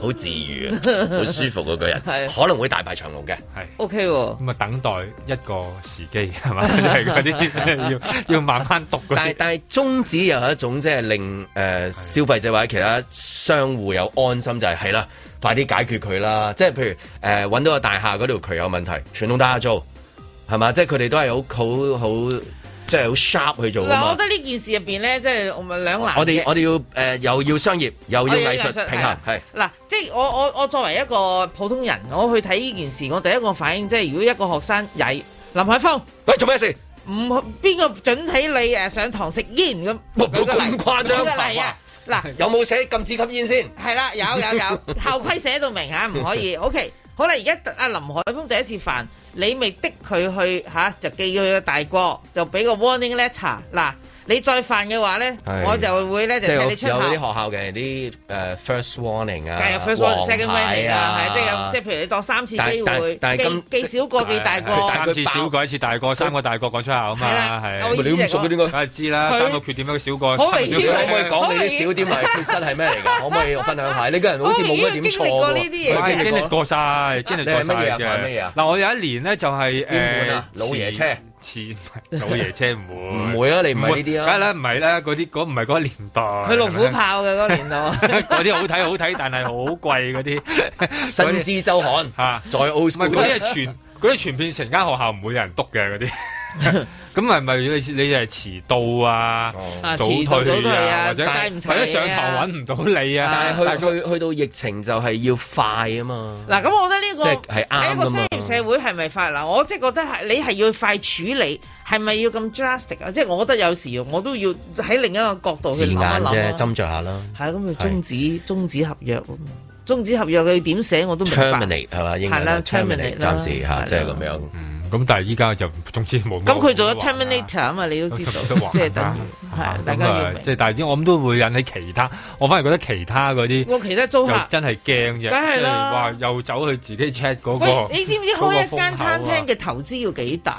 好好治愈啊，好舒服嗰個人，可能會大排長龍嘅，係 OK 喎。咁啊，等待一個時哦機係嘛， [LAUGHS] 就係嗰啲 [LAUGHS] 要要慢慢讀嗰但係啲。但係宗旨又係一種即係令誒、呃消費者或者其他商戶有安心，就係係啦，快啲解決佢啦。即係譬如誒揾、呃到個大廈嗰條渠有問題，全棟大廈做係嘛？即係佢哋都係好好好即係好 sharp 去做㗎嗱，我嘛覺。得呢件事入邊咧，即係我咪兩難嘅我哋我哋要誒、呃又要商業又要我要藝藝術術平係衡啦係。嗱，即係我我我作為一個普通人，我去睇呢件事，我第一個反應即係如果一個學生曳，林海峰，喂做咩事？唔邊個準睇你誒上堂食煙咁？咁誇張舉個例啊！嗱，有冇寫禁止吸煙先？係啦，有有有，校規寫到明啊嚇，唔可 [LAUGHS] 以。OK，好啦，而家阿林海峰第一次犯，你咪的佢去嚇、就記佢大過，就俾個 warning letter。嗱，你再犯嘅話咧，係我就會咧就即係有睇有你出啲學校。校嘅啲誒 first warning 啊，梗係有 first warning、黃 second 牌 warning 啦，係即係有即係譬如你當三次機會，記記少過哎記大過。三次小過一次大過，三個大過講出口啊嘛，係我意思係你咁熟嘅點解？梗係知啦，佢三個缺點一個小過。好明你可顯啊唔可以講你好明啲顯啊少啲咪缺失係咩 [LAUGHS] 嚟㗎？可唔可以分享下？你個人好似冇乜點錯好喎。明顯啊經歷過呢啲嘢你經歷過晒，經歷過晒你係乜嘢啊犯乜嘢嘅啊。嗱，我有一年咧就邊係本誒啊老爺車似老爺車唔會，唔會啊你唔係呢啲啊梗係啦，唔係啦，嗰啲嗰唔係嗰個年代。佢佢龍虎豹嘅嗰個 [LAUGHS] 年代。 [LAUGHS] [LAUGHS] 嗰啲好睇好睇，但係好貴嗰啲。 [LAUGHS] 新知周刊嚇，再 old 唔係嗰啲係全嗰啲全片成間學校唔會有人督嘅 [LAUGHS] 嗰啲。咁係咪你你係遲到啊、啊早遲到早退退啊啊，或者帶唔齊或者上嘢堂啊揾唔到你啊？但係去去去到疫情就係要快啊嘛。嗱，咁我覺得呢、個即係係啱喺㗎嘛一個商業社會係咪快？嗱，我即係覺得係你係要快處理，係咪要咁 drastic 啊？即係我覺得有時我都要喺另一個角度去字諗一眼啫，諗啊。斟酌下啦。係咁，佢終止終止合約咁，終止合約佢點寫我都明白。 terminate 係嘛？英文係啦啊 terminate terminate 啦暫時係嚇，啦即係咁樣。嗯咁但係依家就總之冇。咁佢做咗 terminator 啊嘛，你都知道，即係等於係大咁家要啊，明。即係但係啲我諗都會引起其他，我反而覺得其他嗰啲我其他租客就真係驚啫，梗係啦即係話又走去自己 check 嗰個。啊喂，你知唔知開一間餐廳嘅投資要幾大？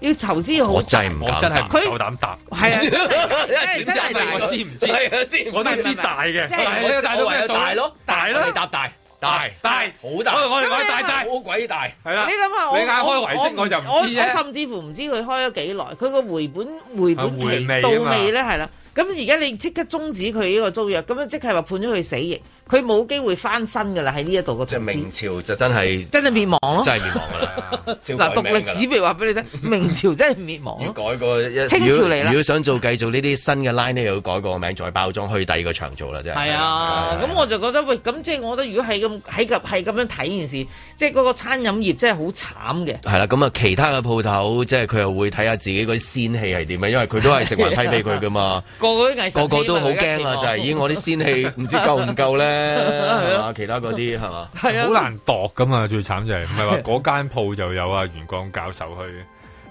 要投資好大，我真係唔我敢真係答佢夠膽答係啊，真 [LAUGHS] 係真係唔係大我知唔知係啊知我都知大嘅即係但係啊呢個大到咩數呢大咯，大咯我哋答大大大好大。我我哋玩大大好鬼大。係啦你諗下，我你嗌開我維式我就唔知啫我甚至乎唔知佢開咗幾耐，佢個回本回本啊回期味啊到嘛未咧？係啦，咁而家你即刻終止佢呢個租約，咁樣即係話判咗佢死刑，佢冇機會翻身㗎啦喺呢一度個投資明。朝就真係真係滅亡咯真係滅亡㗎啦。照嗱，改讀名㗎啦歷史咪話俾你聽，明朝 [LAUGHS] 真係滅亡要咯。改個 [LAUGHS] 一清朝嚟啦如果想做繼續呢啲新嘅 line 呢，又要改個名，再包裝去第二個場做啦，真係。係啊，咁我就覺得喂，咁即係我覺得如果係咁喺咁係咁樣睇件事，即係嗰個餐飲業真係好慘嘅。係啦，咁啊，其他嘅鋪頭即係佢又會睇下自己嗰啲仙氣係點啊，因為佢都係食環批俾佢噶嘛。 [LAUGHS] 個個都藝術個個哎氣都嘛好而家期驚啦，望嗯就係咦，我啲仙氣唔 [LAUGHS] 知夠唔夠咧，係嘛？其他嗰啲係嘛？係啊好難度噶嘛，最慘就係唔係話嗰間鋪就有啊袁剛教授去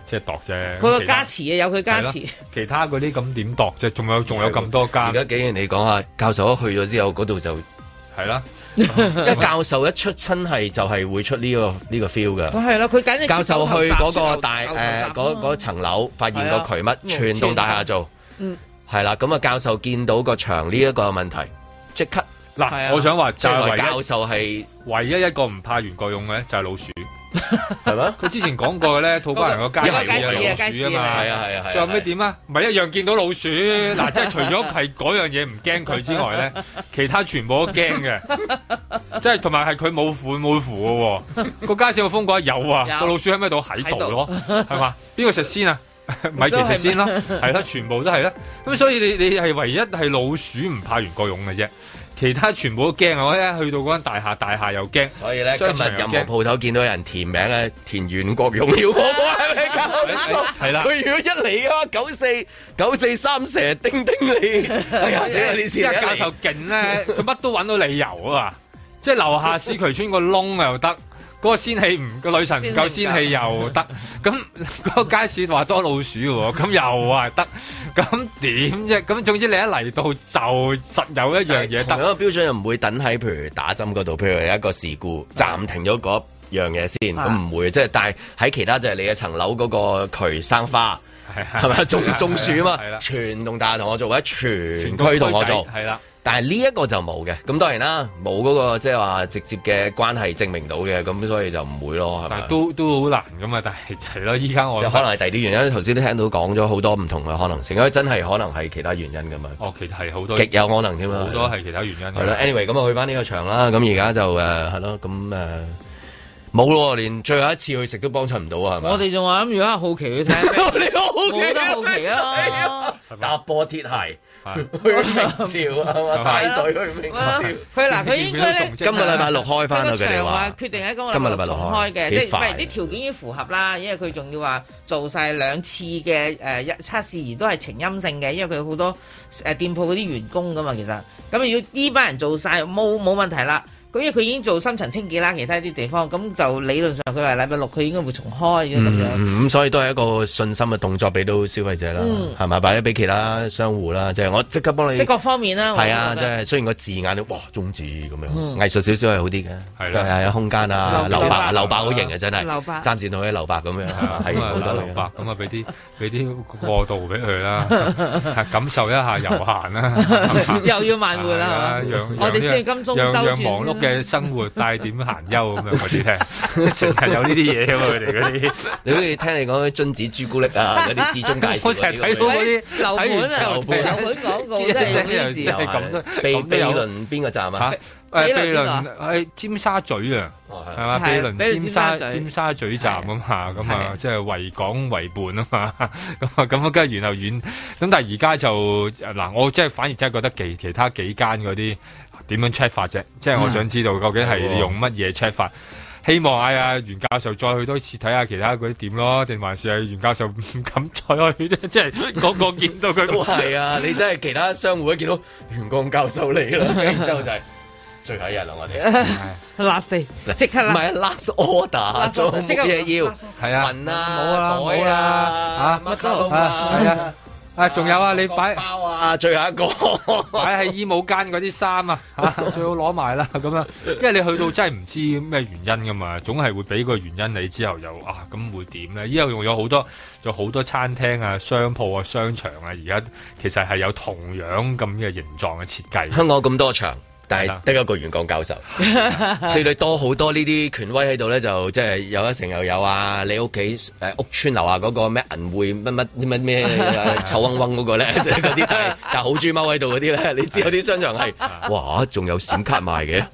即係度啫。佢個其他加持啊，有佢加係持咯。其他嗰啲咁點度啫？仲有仲有咁多間。而家竟然你講下教授一去咗之後，嗰度就係啦，因為教 [LAUGHS] 授一出親係就係會出呢個呢個 feel 㗎。哦係咯，佢簡直教授去嗰個大出頭誒頭嗰嗰層樓，發現個渠乜係啊全棟大廈做，嗯係啦。咁啊，教授見到個牆呢一個問題，即刻嗱，我想話即就係啊係唯一教授係唯一一個唔怕袁國勇嘅就係老鼠，係咩？佢之前講過嘅咧，土瓜人個街嗰個有街市啊老鼠啊嘛，街市啊係啊係啊係啊啊最後尾點啊？咪一樣見到老鼠，嗱，即係 [LAUGHS] 除咗係嗰樣嘢唔驚佢之外咧，其他全部都驚嘅，即係同埋係佢冇款冇符嘅喎，個街市個風格有啊，有個老鼠喺咩度喺度咯，係嘛？邊個食 [LAUGHS] 先啊？米奇食先啦，係啦，全部都係啦。咁所以你你係唯一係老鼠唔怕袁國勇嘅啫，其其他全部都驚啊！我一去到嗰間大廈，大廈又驚，所以咧今日任何鋪頭見到有人填名咧，填袁國勇了我係咪咁？ [LAUGHS] 係啦佢如果一嚟啊，九四九四三蛇叮叮 [LAUGHS] 你，哎呀死啦！呢次因你為一嚟教授勁咧， [LAUGHS] 佢乜都揾到理由啊嘛！即係樓下市渠村個窿又得，嗰、個仙氣唔個女神唔夠仙氣又得，咁 [LAUGHS] 嗰個街市話多老鼠喎，咁又話得，咁點啫？咁總之你一嚟到啊就實有一樣嘢同樣得。嘅標準又唔會等喺譬如打針嗰度，譬如有一個事故暫停咗嗰樣嘢先，啊咁唔會即係，但係喺其他就係你嘅層樓嗰個渠生花。係咪種種樹啊嘛啊係啦？全棟大同我做，或者全個區同我做區，仔係啦。但係呢一個就冇嘅，咁當然啦，冇嗰、個即係話直接嘅關係證明到嘅，咁所以就唔會咯，係咪？都都好難噶嘛，但係就係咯，依家我就可能係第二啲原因，頭先都聽到講咗好多唔同嘅可能性，因為真係可能係其他原因噶嘛。哦，其實係好多極有可能添啦好多係其他原因。係啦，anyway 咁啊去翻呢個場啦，咁而家就誒係咯，咁誒冇咯，連最後一次去食都幫襯唔到啊，係咪？？我哋仲話諗，如果係好奇去睇咩 [LAUGHS] 冇得好奇啊！搭波鐵鞋去明朝係嘛，大隊去明朝。佢 [LAUGHS] 嗱，佢應該咧，今個禮拜六開翻啦，個佢哋場話話決定喺嗰個今日禮禮拜拜六六開嘅，開即係幾唔快係啲條件已經符合啦，因為佢仲要話做晒兩次嘅誒一測試，而都係呈陰性嘅，因為佢好多誒店鋪嗰啲員工噶嘛，其實咁要呢班人做晒冇冇問題啦。咁因為佢已經做深層清潔啦，其他啲地方咁就理論上佢話禮拜六佢應該會重開嘅咁樣。嗯，咁所以都係一個信心嘅動作，俾到消費者啦嗯，係咪？或者俾其他商戶啦，即係我即刻幫你。即係各方面啦，我係覺啊，即得係雖然個字眼都哇中指咁樣，嗯藝術少少係好啲嘅，係啦係啊，空間啊，留留白白留白好型啊，真係，留白暫時 [LAUGHS] 同佢留白咁樣，係 [LAUGHS] 咁啊好多留白咁啊，俾啲俾啲過渡俾 [LAUGHS] 佢啦，係感受一下悠 [LAUGHS] 閒啦，又要慢 [LAUGHS] 活係啊啦，係讓嘛我哋讓先金鐘兜讓轉讓先忙碌嘅生活帶點閒憂咁樣嗰啲咧， [LAUGHS] [LAUGHS] 成日有呢啲嘢啊嘛，佢哋嗰啲。你好似聽你講啲榛子朱古力啊，嗰啲至中介紹嗰啲我成日睇到嗰啲樓睇盤完之啊，後樓盤廣告真係用呢啲字即係咁都啊避咁都避有輪邊個站啊？嚇誒比鄰比邊個鄰啊喺尖沙咀啊，係嘛？比係鄰比鄰尖尖沙沙咀尖沙咀站啊嘛，咁啊即係維港為伴啊嘛， [LAUGHS] 咁啊咁啊跟住然後遠，咁但係而家就嗱，我即係反而真係覺得其其他幾間嗰啲點樣 check 法啫？即係我想知道究竟係用乜嘢 check 法。希望嗌阿袁教授再去多次睇下其他嗰啲點咯，定還是係袁教授唔敢再去啫？即係 [LAUGHS] 個個見到佢都係啊！你 [LAUGHS] 真係其他商户都見到袁光教授嚟 [LAUGHS] 啦，跟住之後就係最後一日啦，我哋。 last day 即刻啦，唔啊係 [LAUGHS] last order， Last 做 order，乜即刻嘢要？係啊，文啊，冇袋啊，冇啊乜都啊係啊，啊仲有啊，你擺包啊，最後一個 [LAUGHS] 擺喺衣帽間嗰啲衫啊，啊最好攞埋啦咁啊樣，因為你去到真係唔知咩原因噶嘛，總係會俾個原因你之後又啊咁會點咧？依家用咗好多，有好多餐廳啊、商鋪啊、商場啊，而家其實係有同樣咁嘅形狀嘅設計。香港咁多場，但係得一個袁港教授， [LAUGHS] 即係你多好多呢啲權威喺度咧，就即係有一成又有啊！你屋企誒屋村樓下嗰個咩銀匯乜乜乜 [LAUGHS] 咩啊臭嗡嗡嗰個咧， [LAUGHS] 即係嗰啲，但係但係好豬踎喺度嗰啲咧，你知有啲商場係 [LAUGHS] 哇，仲有閃卡賣嘅，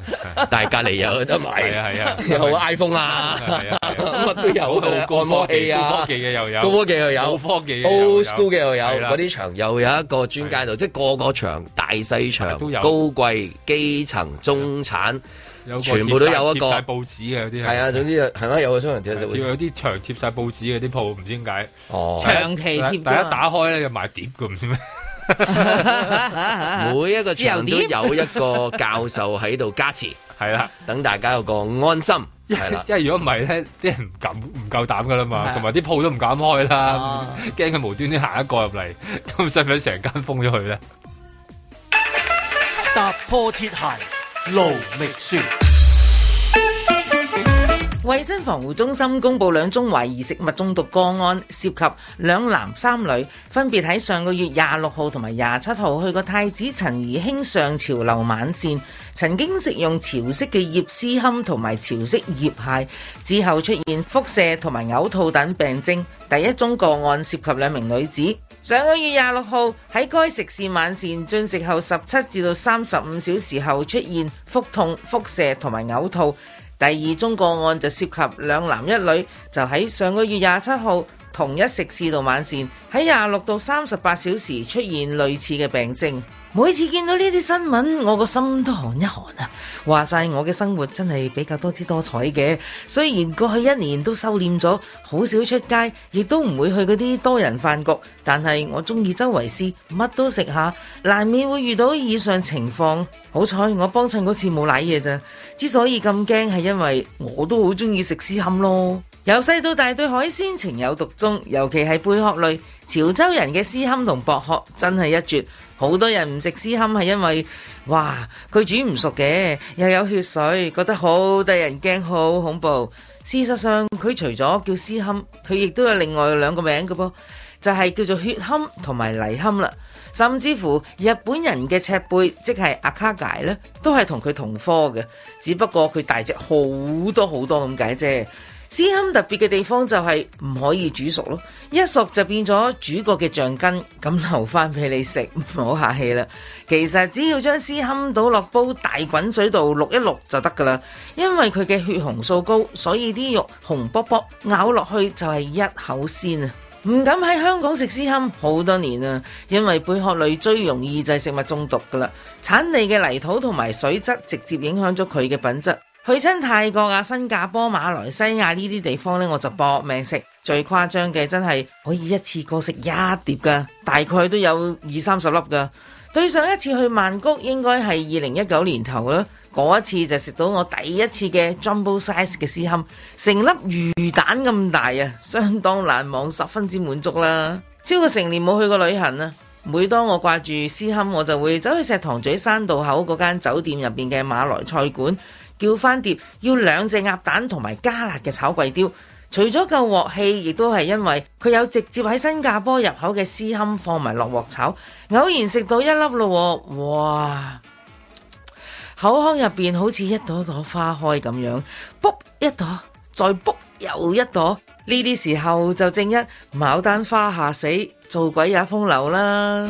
但係隔離又有得賣，係啊係啊 [LAUGHS] 有 iPhone 啊， [LAUGHS] 乜都有嘅，高按摩器啊，高科技嘅又有高科技又有，高科技嘅又有 old school 嘅又有，係啦嗰啲場又有一個專家喺度，即係個個場大細場都有高貴、基層、中產有，個全部都有一個貼晒貼晒報紙嘅有啲係係啊，總之就係咪有個商場貼啊有啲牆貼晒報紙嘅啲鋪，唔知點解。哦長期貼㗎嘛大家打開咧就賣碟嘅，唔知咩。啊 [LAUGHS] 每一個豉油場都碟有一個教授喺度加 [LAUGHS] 持，係啦，等大家有個安心，係啦。 [LAUGHS] 因為如果唔係咧，啲人唔敢唔夠膽噶啦係嘛，啊同埋啲鋪都唔敢開啦哦，驚佢無端端行一個入嚟，咁使唔使成間封咗佢咧？踏破鐵鞋路未雪。衛生防護中心公布兩宗懷疑食物中毒個案，涉及兩男三女，分別喺上個月廿六號同埋廿七號去過太子陳怡興上潮流晚膳，曾經食用潮式嘅葉絲蚶同埋潮式葉蟹，之後出現腹瀉同埋嘔吐等病徵。第一宗個案涉及兩名女子。上個月廿六號喺該食肆晚膳進食後十七至到三十五小時後出現腹痛、腹瀉同埋嘔吐。第二宗個案就涉及兩男一女，就喺上個月廿七號同一食肆度晚膳，喺廿六到三十八小時出現類似嘅病徵。每次見到呢啲新聞，我個心都寒一寒啊！話晒我嘅生活真係比較多姿多彩嘅，雖然過去一年都收斂咗，好少出街，亦都唔會去嗰啲多人飯局，但係我中意周圍試，乜都食下，難免會遇到以上情況。好彩我幫襯嗰次冇舐嘢咋，之所以咁驚係因為我都好中意食絲冚咯。由細到大對海鮮情有獨鍾，尤其係貝殼類。潮州人嘅絲冚同薄殼真係一絕，好多人唔食絲冚係因為，哇，佢煮唔熟嘅，又有血水，覺得好得人驚，好恐怖。事實上，佢除咗叫絲冚，佢亦都有另外兩個名嘅噃，就係、叫做血冚同埋泥冚啦。甚至乎日本人嘅赤貝，即係阿卡解咧，都係同佢同科嘅，只不過佢大隻好多好多咁解啫。絲堪特別嘅地方就係唔可以煮熟咯，一熟就變咗煮過嘅橡筋，咁留翻俾你食， [LAUGHS] 唔好客氣啦。其實只要將絲堪倒落煲大滾水度渌一渌就得噶啦，因為佢嘅血紅素高，所以啲肉紅卜卜，咬落去就係一口鮮啊！唔敢喺香港食絲堪好多年啦，因為貝殼類最容易就係食物中毒噶啦，產地嘅泥土同埋水質直接影響咗佢嘅品質。去親泰國啊、新加坡、馬來西亞呢啲地方呢，我就搏命食。最誇張嘅真係可以一次過食一碟㗎，大概都有二三十粒㗎。對上一次去曼谷應該係二零一九年頭啦，嗰一次就食到我第一次嘅 jumbo size 嘅絲堪，成粒魚蛋咁大啊，相當難忘，十分之滿足啦。超過成年冇去過旅行啊！每當我掛住絲堪，我就會走去石塘咀山道口嗰間酒店入邊嘅馬來菜館。叫翻碟要兩隻鴨蛋同埋加辣嘅炒貴雕。除咗夠鑊氣，亦都係因為佢有直接喺新加坡入口嘅絲堪放埋落鑊炒，偶然食到一粒咯喎，哇！口腔入邊好似一朵朵花開咁樣，卜一朵，再卜又一朵。呢啲時候就正一牡丹花下死，做鬼也風流啦。